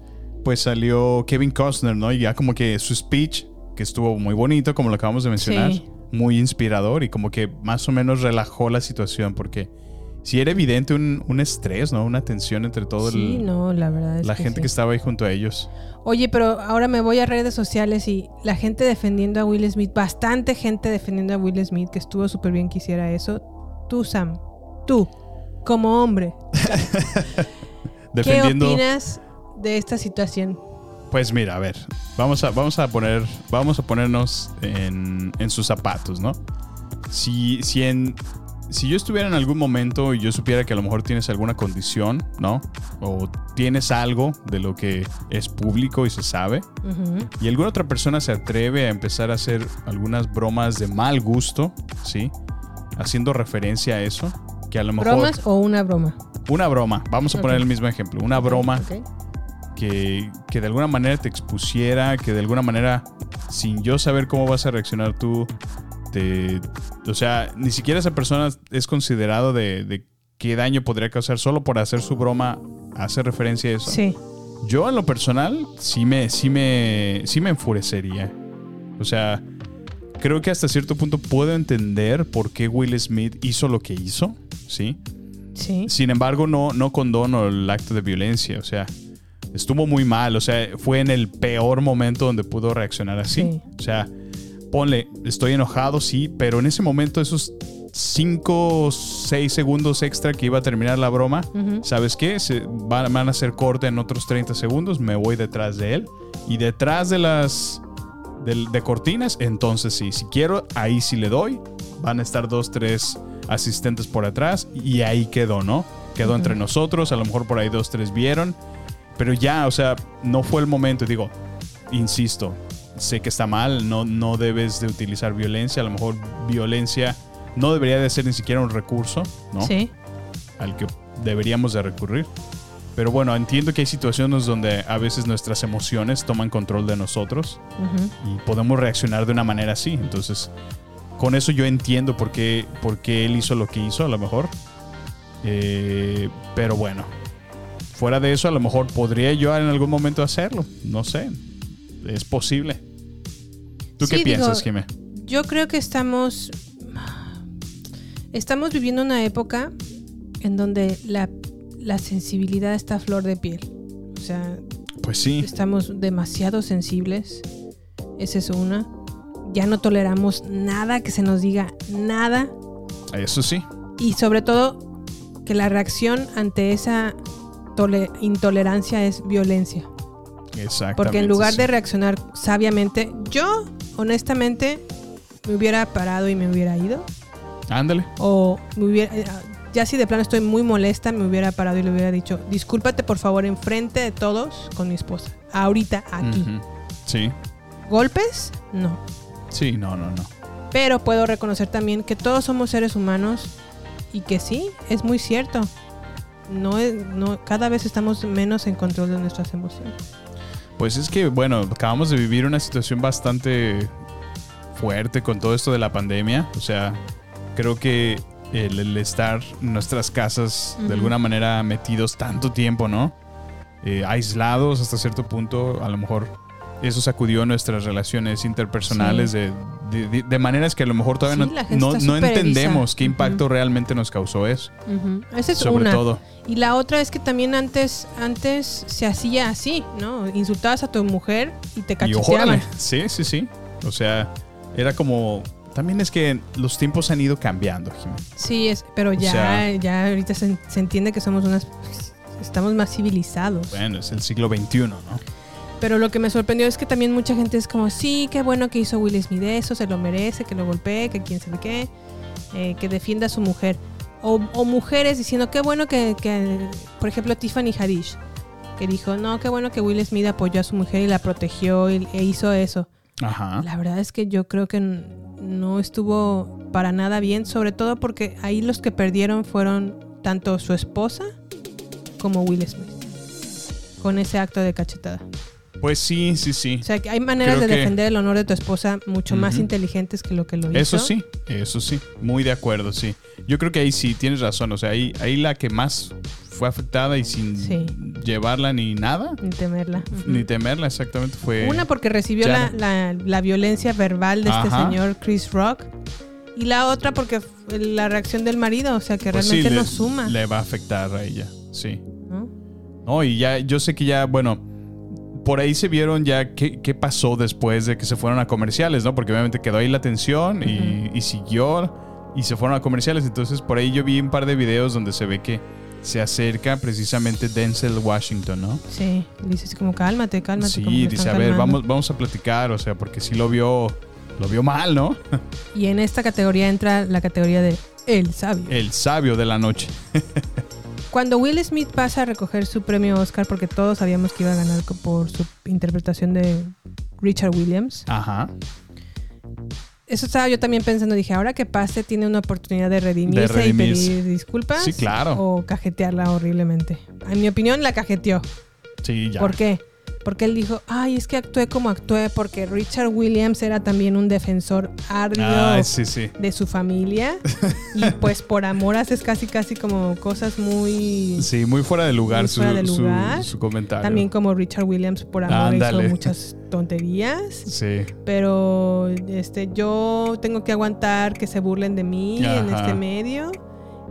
pues salió Kevin Costner, ¿no? Y ya como que su speech, que estuvo muy bonito, como lo acabamos de mencionar, Sí. muy inspirador y como que más o menos relajó la situación, porque si era evidente un, un estrés, ¿no? Una tensión entre todo sí, el- no, la verdad es la que gente sí. que estaba ahí junto a ellos. Oye, pero ahora me voy a redes sociales y la gente defendiendo a Will Smith, bastante gente defendiendo a Will Smith, que estuvo súper bien que hiciera eso. Tú, Sam, tú, como hombre, ¿qué Defendiendo. opinas de esta situación? Pues mira, a ver, vamos a, vamos a poner, vamos a ponernos en, en sus zapatos, ¿no? Si, si en, si yo estuviera en algún momento y yo supiera que a lo mejor tienes alguna condición, ¿no? O tienes algo de lo que es público y se sabe, Ujú. y alguna otra persona se atreve a empezar a hacer algunas bromas de mal gusto, ¿sí? Haciendo referencia a eso, que a lo mejor ¿Bromas o una broma? una broma, vamos a poner Ok. el mismo ejemplo, una broma Ok. que, que de alguna manera te expusiera, que de alguna manera, sin yo saber cómo vas a reaccionar tú, te, o sea, ni siquiera esa persona es considerado de, de qué daño podría causar solo por hacer su broma, hacer referencia a eso. Sí. Yo en lo personal sí me, sí me, sí me enfurecería. O sea, creo que hasta cierto punto puedo entender por qué Will Smith hizo lo que hizo, ¿sí? Sí. Sin embargo, no, no condono el acto de violencia, o sea, estuvo muy mal, o sea, fue en el peor momento donde pudo reaccionar así. Sí. O sea, ponle, estoy enojado, sí, pero en ese momento esos 5, 6 segundos extra que iba a terminar la broma, ¿sabes qué? Se, van, van a hacer corte en otros 30 segundos, me voy detrás de él y detrás de las de, de cortinas, entonces sí, si quiero, ahí sí le doy. Van a estar dos, tres asistentes por atrás y ahí quedó, ¿no? Quedó entre nosotros, a lo mejor por ahí dos, tres vieron, pero ya, o sea, no fue el momento, digo, insisto, sé que está mal, no, no debes de utilizar violencia, a lo mejor violencia no debería de ser ni siquiera un recurso, ¿no? Sí. al que deberíamos de recurrir. Pero bueno, entiendo que hay situaciones donde a veces nuestras emociones toman control de nosotros y podemos reaccionar de una manera así. Entonces, con eso yo entiendo por qué, por qué él hizo lo que hizo, a lo mejor. Eh, pero bueno, fuera de eso, a lo mejor podría yo en algún momento hacerlo. No sé, es posible. ¿Tú Sí, qué digo, piensas, Jimé? Yo creo que estamos. Estamos viviendo una época en donde la, la sensibilidad está a flor de piel. O sea, Pues sí, estamos demasiado sensibles. Esa es una. Ya no toleramos nada que se nos diga, nada. pues, eso sí. Y sobre todo, que la reacción ante esa tole- intolerancia es violencia. Exactamente. Porque en lugar sí. de reaccionar sabiamente, yo honestamente me hubiera parado y me hubiera ido. Ándale. O me hubiera, eh, ya si de plano estoy muy molesta, me hubiera parado y le hubiera dicho, discúlpate por favor enfrente de todos con mi esposa. Ahorita, aquí. Ujú. Sí. ¿Golpes? No. Sí, no, no, no. Pero puedo reconocer también que todos somos seres humanos y que sí, es muy cierto. No, es- no, cada vez estamos menos en control de nuestras emociones. Pues es que, bueno, acabamos de vivir una situación bastante fuerte con todo esto de la pandemia. O sea, creo que el, el estar en nuestras casas de alguna manera metidos tanto tiempo, ¿no? Eh, aislados hasta cierto punto, a lo mejor eso sacudió nuestras relaciones interpersonales de, de- de- de maneras que a lo mejor todavía Sí, la gente no, no, está no súper entendemos eriza. qué impacto realmente nos causó eso. Esa es Sobre una. todo. Y la otra es que también antes, antes se hacía así, ¿no? Insultabas a tu mujer y te Y ¿eh? órale. cacheteaban. Sí, sí, sí. O sea, era como. También es que los tiempos han ido cambiando, Jiménez. Sí, es, pero ya, sea- ya ahorita se, se entiende que somos unas estamos más civilizados. Bueno, es el siglo XXI, ¿no? Pero lo que me sorprendió es que también mucha gente es como, sí, qué bueno que hizo Will Smith eso, se lo merece, que lo golpee, que quién sabe qué, eh, que defienda a su mujer. O, o mujeres diciendo, qué bueno que, que-" por ejemplo, Tiffany Haddish, que dijo, no, qué bueno que Will Smith apoyó a su mujer y la protegió y- e hizo eso. Ajá. La verdad es que yo creo que n- no estuvo para nada bien, sobre todo porque ahí los que perdieron fueron tanto su esposa como Will Smith, con ese acto de cachetada. Pues sí, sí, sí. O sea, que hay maneras Creo de que- defender el honor de tu esposa mucho más Ujú. inteligentes que lo que lo hizo. Eso sí, eso sí. Muy de acuerdo, sí. Yo creo que ahí sí tienes razón. O sea, ahí, ahí la que más fue afectada y sin Sí. llevarla ni nada, Ni temerla. Ujú. ni temerla exactamente, fue. Una porque recibió la, Janet. la- la violencia verbal de este Ajá. señor Chris Rock. Y la otra porque f- la reacción del marido, o sea, que Pues sí, realmente le- no suma. Le va a afectar a ella, sí. ¿no? No, y ya, yo sé que ya, bueno, por ahí se vieron ya qué, qué pasó después de que se fueron a comerciales, ¿no? Porque obviamente quedó ahí la tensión y, y siguió y se fueron a comerciales. Entonces, por ahí yo vi un par de videos donde se ve que se acerca precisamente Denzel Washington, ¿no? Sí, le dices como cálmate, cálmate. como que Sí, me dice, a están ver, calmando". vamos, vamos a platicar, o sea, porque sí lo vio, lo vio mal, ¿no? Y en esta categoría entra la categoría de el sabio. El sabio de la noche. Cuando Will Smith pasa a recoger su premio Oscar, porque todos sabíamos que iba a ganar co- por su interpretación de Richard Williams, Ajá. eso estaba yo también pensando, dije, ahora que pase tiene una oportunidad de redimirse, De redimirse. y pedir disculpas Sí, claro. o cajetearla horriblemente. En mi opinión, la cajeteó. Sí, ya. ¿Por qué? Porque él dijo, ay, es que actué como actué, porque Richard Williams era también un defensor arduo Ah, sí, sí. de su familia. y pues por amor haces casi, casi como cosas muy... Sí, muy fuera de lugar, Muy su, fuera de su- lugar. su comentario. También como Richard Williams por amor Ándale. hizo muchas tonterías. Sí. pero este yo tengo que aguantar que se burlen de mí en Ajá. este medio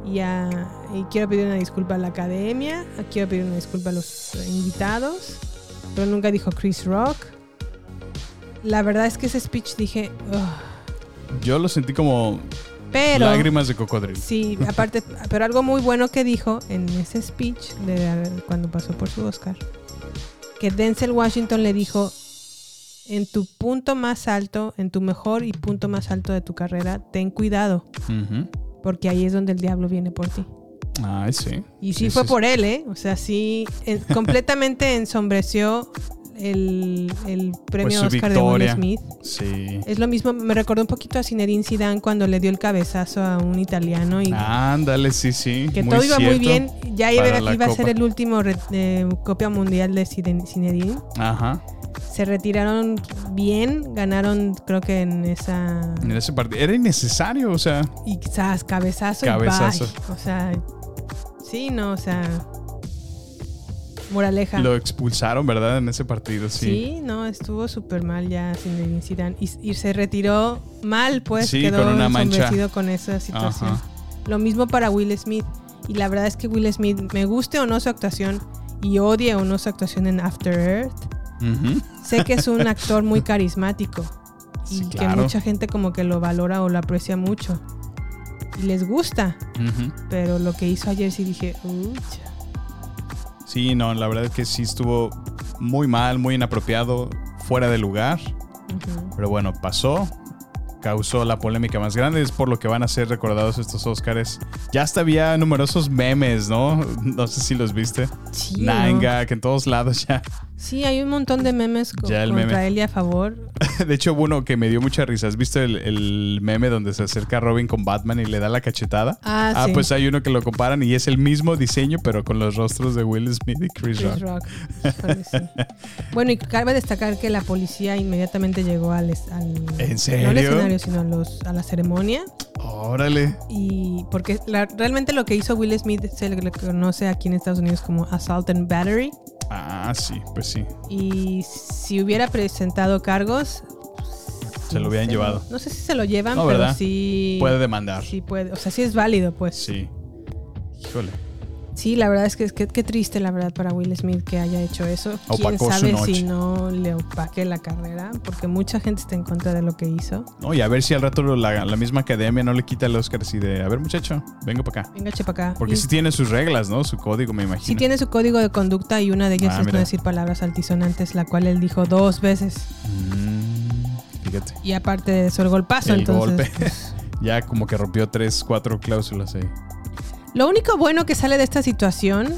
y, a- y quiero pedir una disculpa a la academia, quiero pedir una disculpa a los eh, invitados, pero nunca dijo Chris Rock. La verdad es que ese speech dije, "Ugh". Yo lo sentí como pero lágrimas de cocodrilo. sí, aparte, pero algo muy bueno que dijo en ese speech de cuando pasó por su Oscar, que Denzel Washington le dijo, en tu punto más alto, en tu mejor y punto más alto de tu carrera, ten cuidado, Ujú. porque ahí es donde el diablo viene por ti. Ay, sí. Y sí fue sí. por él, ¿eh? O sea, sí, en- completamente ensombreció el, el premio Pues su Oscar victoria. de Will Smith. Sí. Es lo mismo, me recordó un poquito a Zinedine Zidane cuando le dio el cabezazo a un italiano y Ah, Ándale, sí, sí. que Muy todo iba muy cierto. bien. Ya iba, Para la iba a ser copa. el último re- eh, copia mundial de Zidane- Zinedine. Ajá. Se retiraron bien, ganaron creo que en esa... En ese partido. Era innecesario, o sea. Y quizás cabezazo. y Cabezazo. bye. o sea, sí, no, o sea... Moraleja. Lo expulsaron, ¿verdad? En ese partido, sí. no, estuvo súper mal ya Zinedine Zidane. Y, y se retiró mal, pues Sí, quedó con una mancha. ensombrecido con esa situación. Ajá. Lo mismo para Will Smith. Y la verdad es que Will Smith, me guste o no su actuación y odie o no su actuación en After Earth, Ujú. sé que es un actor muy carismático y Sí, que claro. mucha gente como que lo valora o lo aprecia mucho. Y les gusta, Ujú. pero lo que hizo ayer sí dije, "Ucha". Sí, no, la verdad que sí estuvo muy mal, muy inapropiado, fuera de lugar. Ujú. Pero bueno, pasó, causó la polémica más grande, es por lo que van a ser recordados estos Oscars. Ya hasta había numerosos memes, ¿no? No sé si los viste. Sí, ¿no? Nanga, que en todos lados ya. Sí, hay un montón de memes co- Ya el contra meme. él y a favor. De hecho, hubo uno que me dio mucha risa. ¿Has visto el, el meme donde se acerca Robin con Batman y le da la cachetada? Ah, sí. pues hay uno que lo comparan y es el mismo diseño, pero con los rostros de Will Smith y Chris, Chris Rock. Rock. Híjole, sí. Bueno, y cabe destacar que la policía inmediatamente llegó al, es- al- ¿En no al serio? escenario, sino a los- a la ceremonia. Órale. Y porque la- realmente lo que hizo Will Smith se le conoce aquí en Estados Unidos como assault and battery. Ah, sí, pues sí. Y si hubiera presentado cargos, Se lo hubieran se- llevado. No sé si se lo llevan, No, pero ¿verdad? sí. Puede demandar. Sí puede, o sea, sí es válido, pues. Sí. Híjole. Sí, la verdad es que es que- qué triste, la verdad, para Will Smith que haya hecho eso. ¿Quién Opacó su sabe noche. si no le opaque la carrera? Porque mucha gente está en contra de lo que hizo. No, y a ver si al rato lo- la, la misma academia no le quita el Oscar así de, a ver muchacho, venga para acá. Venga, chepa acá. Porque Y sí tiene sus reglas, ¿no? Su código, me imagino. sí tiene su código de conducta y una de ellas Ah, es no mira. decir palabras altisonantes, la cual él dijo dos veces. Mm, fíjate. Y aparte de eso, el golpazo, El entonces. golpe. pues, Ya como que rompió tres, cuatro cláusulas ahí. lo único bueno que sale de esta situación,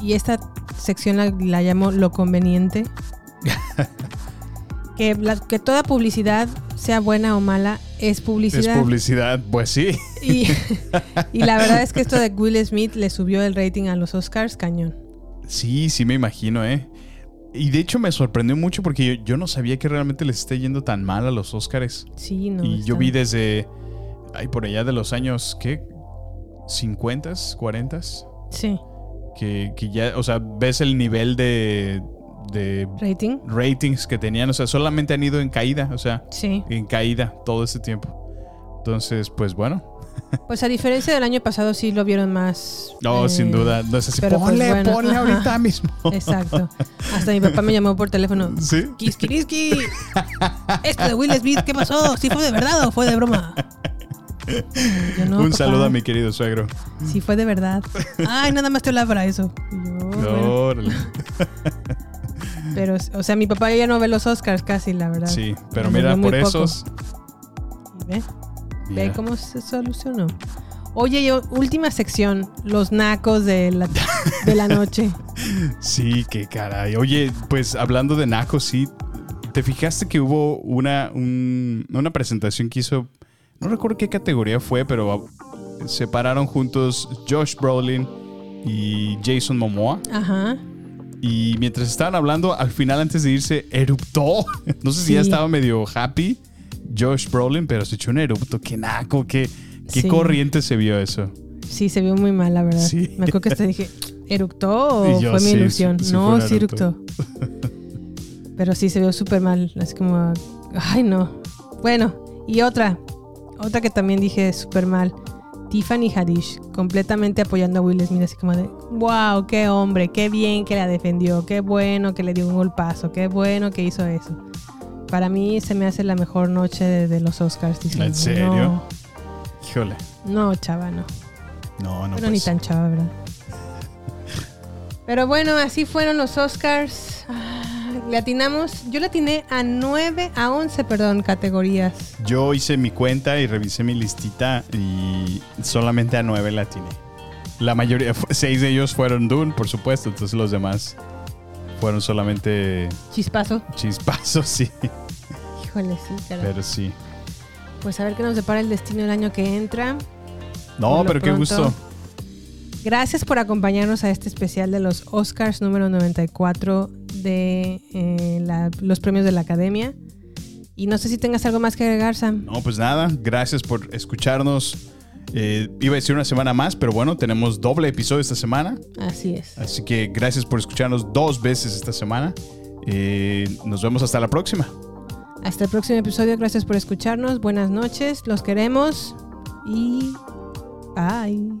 y esta sección la, la llamo lo conveniente, que, la- que toda publicidad, sea buena o mala, es publicidad. Es publicidad, pues sí. y, y la verdad es que esto de Will Smith le subió el rating a los Oscars, cañón. Sí, sí me imagino, ¿eh? Y de hecho me sorprendió mucho porque yo, yo no sabía que realmente les esté yendo tan mal a los Oscars. Sí, no. y está- yo vi desde, ay, por allá de los años, ¿qué? ¿50s? ¿40s? Sí, que, que ya, o sea, ves el nivel de, de rating. ratings que tenían, o sea, solamente han ido en caída, o sea, Sí. en caída todo este tiempo. Entonces, pues bueno, Pues a diferencia del año pasado sí lo vieron más. no, eh, sin duda, no es así, pero pues ponle, bueno, ponle ajá. ahorita mismo. Exacto. Hasta mi papá me llamó por teléfono. Sí, Kiskiriski. Esto de Will Smith, ¿qué pasó? ¿Sí fue de verdad o fue de broma? Yo, "No, un papá, saludo a mi querido suegro. Sí fue de verdad. Ay, nada más te hablaba para eso. Y yo, "Oh, bueno. Órale. Pero, o sea, mi papá ya no ve los Oscars casi, la verdad. Sí, pero Nos mira, vio muy por poco. esos. Y ve. Ve mira. cómo se solucionó. Oye, yo, última sección, los nacos de la, de la noche. Sí, qué caray. Oye, pues hablando de Naco, sí, ¿te fijaste que hubo una, un- una presentación que hizo, no recuerdo qué categoría fue, pero se pararon juntos Josh Brolin y Jason Momoa Ajá. Y mientras estaban hablando, al final, antes de irse, eruptó. No sé si ya Sí. estaba medio happy Josh Brolin, pero se echó un erupto. Qué naco, qué, qué Sí. corriente se vio eso. Sí, se vio muy mal, la verdad. Sí. Me acuerdo que hasta dije, ¿eructó o Y yo, fue mi sí, ilusión? sí, sí fue no, un sí eructo. eructó. Pero sí, se vio súper mal. Es como, ay, no. Bueno, y otra. Otra que también dije súper mal. Tiffany Haddish, completamente apoyando a Will Smith, así como de, wow, qué hombre, qué bien que la defendió, qué bueno que le dio un golpazo, qué bueno que hizo eso. Para mí se me hace la mejor noche de, de los Oscars. diciendo, ¿En serio? No, Híjole. no, chava, no. No, no. Pero ni pues. tan chava, ¿verdad? Pero bueno, así fueron los Oscars. Ah, Le atinamos, yo le atiné a 9, a 11, perdón, categorías. Yo hice mi cuenta y revisé mi listita y solamente a nueve la atiné. La mayoría, fue- seis de ellos fueron Dune, por supuesto, entonces los demás fueron solamente Chispazo. chispazos, sí. Híjole, sí, caray. Pero sí. Pues a ver qué nos depara el destino el año que entra. No, Por lo pero qué pronto, gusto. Gracias por acompañarnos a este especial de los Oscars número 94 de eh, la- los premios de la Academia. Y no sé si tengas algo más que agregar, Sam. No, pues nada, gracias por escucharnos. Eh, iba a decir una semana más, pero bueno, tenemos doble episodio esta semana. Así es. Así que gracias por escucharnos dos veces esta semana. Eh, nos vemos hasta la próxima. Hasta el próximo episodio. Gracias por escucharnos. Buenas noches. Los queremos. Y bye.